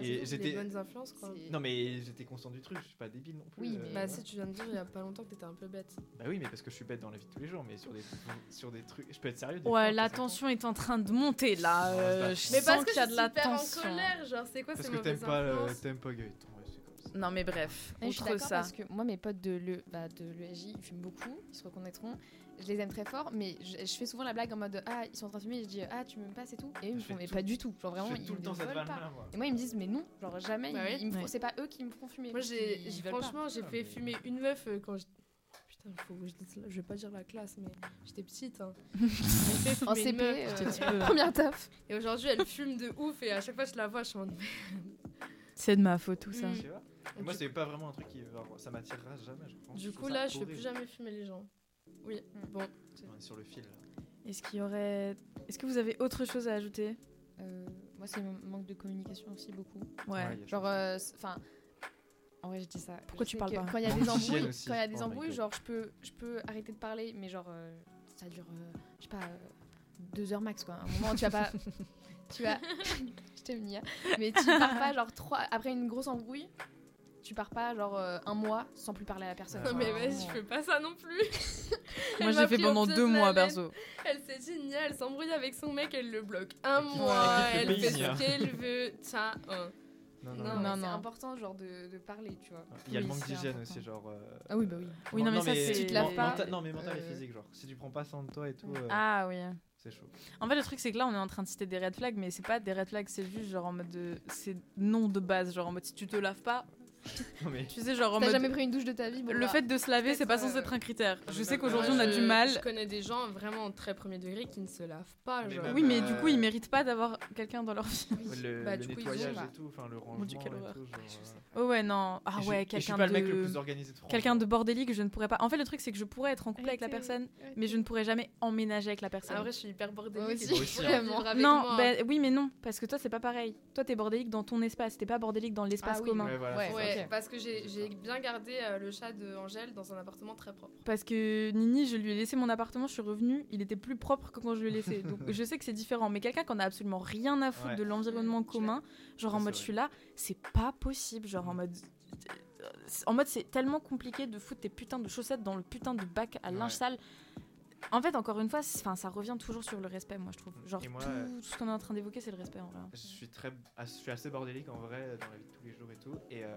Et C'est j'étais- des bonnes influences quoi. C'est- non mais j'étais conscient du truc je suis pas débile non plus Oui, euh, mais- Bah voilà. si tu viens de dire il y a pas longtemps que t'étais un peu bête. Bah oui mais parce que je suis bête dans la vie de tous les jours mais sur des sur des trucs je peux être sérieux des fois, Ouais, de la temps en temps. tension est en train de monter là. Ouais, euh, bah, je Mais sens parce qu'il y a de la super tension. en colère, genre c'est quoi Parce ces que t'aimes mauvaises pas, euh, influences t'aimes pas Gaëtan, ouais, c'est comme ça. Non mais bref, Mais je suis outre d'accord ça. parce que moi, mes potes de l'EJ, bah, de l'ESJ, ils fument beaucoup, ils se reconnaîtront. Je les aime très fort, mais je, je fais souvent la blague en mode Ah, ils sont en train de fumer, et je dis Ah, tu m'aimes pas, c'est tout. Et eux, ils me Je fais font Mais tout- pas du tout. Genre vraiment, je ils fais tout le me temps cette veulent pas. vanne-là, moi. Et moi, ils me disent Mais non, genre jamais, Bah ils- ouais. ils me font- Ouais. c'est pas eux qui me font fumer. Moi j'ai Ils j'ai- veulent pas. franchement j'ai Ah, fait mais- fumer une meuf euh, quand je Putain, faut que je dise la- je vais pas dire la classe mais j'étais petite hein. J'ai fait fumer En une CP, meuf. euh, petit peu- première taf. Et aujourd'hui elle fume de ouf et à chaque fois je la vois je suis en mode C'est de ma faute tout ça. Mm. Tu vois Et Moi, c'est pas vraiment un truc qui. genre, ça m'attirera jamais, je pense. Du Je coup, trouve ça là, je fais horrible. plus jamais fumer les gens. Oui, Mm. bon. On est sur le fil. là. Est-ce qu'il y aurait Est-ce que vous avez autre chose à ajouter Euh, moi, c'est mon manque de communication aussi beaucoup. Ouais. il y a Genre, ça. euh, c'est- enfin. en vrai, je dis ça. Pourquoi Je tu sais parles que pas Quand il y a Manque des d'hygiène embrouilles, aussi. quand il y a des Oh my embrouilles, God. genre, je peux, je peux arrêter de parler, mais genre, euh, ça dure, euh, je sais pas, euh, deux heures max, quoi. À un moment, tu vas pas. tu vas. je t'aime, Nia. Mais tu pars pas, genre, trois. Après une grosse embrouille, tu pars pas, genre, euh, un mois sans plus parler à la personne. Ah, quoi. Non, À mais un vas-y, moment. je fais pas ça non plus. Moi Elle j'ai m'a fait pris au pendant pied deux de la mois lettre. perso. Elle s'est dit, Nia, elle s'embrouille avec son mec, elle le bloque. Un Elle quitte- mois, elle elle quitte le fait pays, hein. ce qu'elle veut. Tiens, hein. Non, non, Non, non. non, mais c'est non. important, genre, de, de parler, tu vois. Il y a le Oui, manque c'est d'hygiène important. aussi, genre. euh, Ah oui, bah oui. Oui, non, mais ça, c'est- Tu te laves men- pas. menta- Non, mais mental et Euh, physique, genre. Si tu prends pas soin de toi et tout, ouais. euh, Ah oui. c'est chaud. En fait le truc c'est que là on est en train de citer des red flags mais c'est pas des red flags, c'est juste genre en mode de... c'est non de base genre en mode si tu te laves pas, Non, mais. tu sais genre en T'as mode jamais pris une douche de ta vie bon, le bah, fait de euh, se laver, c'est pas peut-être, censé être un critère. mais Je sais même, qu'aujourd'hui euh, on a je- du mal. Je connais des gens vraiment en très premier degré qui ne se lavent pas. Mais Genre. même, Oui, mais du euh, coup, ils méritent pas d'avoir quelqu'un dans leur vie. Le, Bah, le du coup, ils ont, nettoyage bah. et tout, enfin le rangement. Mon Dieu, quelle et horreur. tout, genre, euh, Je sais. Oh ouais, non. Et Ah je- et ouais, Je suis quelqu'un pas le mec le plus de organisé de France. quelqu'un de genre. bordélique, je ne pourrais pas. En fait, le truc c'est que je pourrais être en couple avec la Arrêtez. personne, mais je ne pourrais jamais emménager avec la personne. En vrai, je suis hyper bordélique. Moi et aussi. tu Moi aussi, pourrais hein. vivre avec non, ben, moi. bah, oui, mais non, parce que toi c'est pas pareil. Toi t'es bordélique dans ton espace, t'es pas bordélique dans l'espace Ah oui. commun. Ouais, voilà, Ouais. c'est ça, Ouais, Ouais, Ok. parce que j'ai C'est ça. j'ai bien gardé euh, le chat de Angèle dans un appartement très propre. Parce que Nini, je lui ai laissé mon appartement, je suis revenue, il était plus propre que quand je lui ai laissé. Donc je sais que c'est différent, mais quelqu'un qu'on a absolument rien à foutre Ouais. de l'environnement Mm, je suis commun, genre en Ouais, mode c'est je suis là, c'est pas possible, genre en Mm. mode euh, en mode c'est tellement compliqué de foutre tes putains de chaussettes dans le putain de bac à linge Ouais. sale. En fait, encore une fois, c'est- 'fin, ça revient toujours sur le respect, moi je trouve. Mm. Genre Et moi, tout, euh, tout ce qu'on est en train d'évoquer, c'est le respect en vrai. Je suis, très, ah, je suis assez bordélique en vrai dans la vie de tous les jours et tout. Et euh,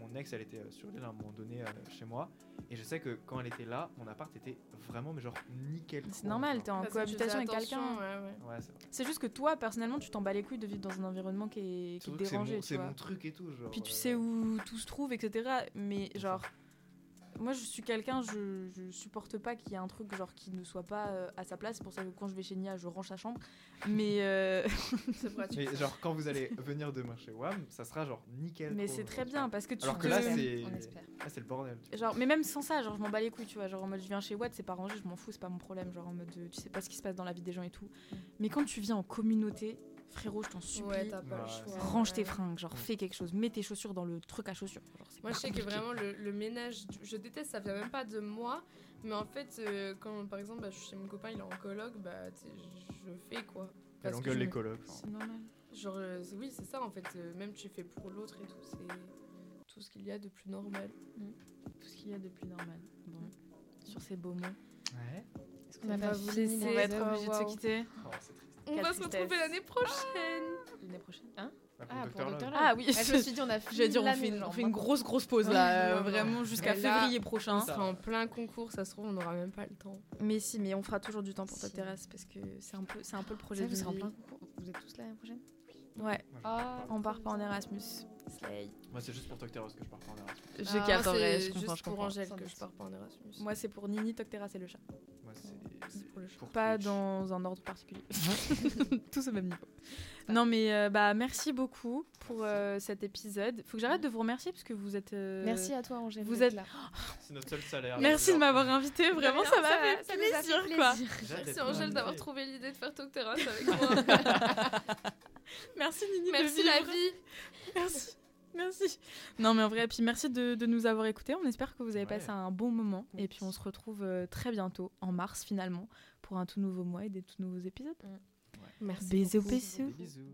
mon ex, elle était euh, sur l'île à un moment donné euh, chez moi. Et je sais que quand elle était là, mon appart était vraiment, mais genre nickel. C'est chrome, normal, genre. t'es en Parce que tu faisais cohabitation avec attention, quelqu'un. ouais, ouais. Ouais, c'est vrai. C'est juste que toi, personnellement, tu t'en bats les couilles de vivre dans un environnement qui est, qui est Surtout que c'est dérangé. mon- tu C'est vois. mon truc et tout. Genre, Puis tu euh, sais où tout se trouve, etc. Mais c'est genre, moi je suis quelqu'un, je, je supporte pas qu'il y ait un truc genre qui ne soit pas euh, à sa place. C'est pour ça que quand je vais chez Nia, je range sa chambre. Mais, euh, C'est pratique. Mais genre, quand vous allez venir demain chez WAM, ça sera genre nickel. mais chrome, c'est genre, très tu bien vois. parce que tu Alors que te- là, On c'est- espère. Là, c'est le bordel. tu vois. Genre, mais même sans ça, genre, je m'en bats les couilles, tu vois. Genre, en mode, je viens chez Watt, c'est pas rangé, je m'en fous, c'est pas mon problème. Genre, en mode, euh, tu sais pas ce qui se passe dans la vie des gens et tout. Mais quand tu viens en communauté, frérot, je t'en supplie, Ouais, t'as pas Ouais, le choix. Bah, range tes ouais. fringues, genre, Mm. fais quelque chose, mets tes chaussures dans le truc à chaussures. Genre, c'est Moi, pas je sais que compliqué. vraiment le, le ménage, du- je déteste, ça vient même pas de moi. Mais en fait, euh, quand par exemple, bah, je suis chez mon copain, il est en coloc, bah, tu sais, je fais quoi. Elle Parce que engueule je les me- colocs. genre. C'est normal. Genre, euh, c'est- oui, c'est ça en fait. euh, même tu fais pour l'autre et tout, c'est tout ce qu'il y a de plus normal. Tout ce qu'il y a de plus normal. Bon. Sur ces beaux mots. Ouais. Est-ce On va vous laisser, on va être obligé de se quitter. Oh, c'est triste. On Quelle va se tristesse. Ah. retrouver l'année prochaine. L'année prochaine. Bah, Ah, pour Dr. Love. Dr. Love. Ah oui, Ah, je me suis dit, on a fini j'allais dire, on là, fait, mais une- genre, on fait une grosse, grosse pause Ouais, là, euh, non, non. vraiment jusqu'à Mais là, février prochain. On sera en plein concours, ça se trouve, on n'aura même pas le temps. Mais si, mais on fera toujours du temps pour ta Si. terrasse parce que c'est un peu, c'est un peu le Ça, projet vous de serez en plein concours. Vous êtes tous là l'année prochaine Ouais, Moi, je Ah. pars pas. on part pas en Erasmus. Slay. Moi, c'est juste pour Dr. Love que je pars pas en Erasmus. Je Ah, capoterais, je c'est comprends, juste je pour comprends. Angèle Sans que doute. je pars pas en Erasmus. Moi, c'est pour Nini, Toc Terrasse et le chat. Moi, c'est- c'est pour le chat. pour Pas Twitch. dans un ordre particulier. Tous au même niveau. Non, mais euh, bah, merci beaucoup pour euh, cet épisode. Faut que j'arrête de vous remercier parce que vous êtes. euh, Merci à toi, Angèle. vous d'être êtes- là. C'est notre seul salaire. Merci de Genre, m'avoir invité, vraiment ça m'a fait, ça nous a plaisir fait quoi. plaisir. déjà, Merci d'être Angèle d'avoir invité. trouvé l'idée de faire Docteur House avec moi. Merci Nini, de Merci la vivre. vie. Merci. Merci. Non mais en vrai, puis merci de, de nous avoir écoutés. On espère que vous avez Ouais. passé un bon moment. Oui. Et puis on se retrouve euh, très bientôt, en mars finalement, pour un tout nouveau mois et des tout nouveaux épisodes. Merci. Bisous, beaucoup. bisous. Des bisous.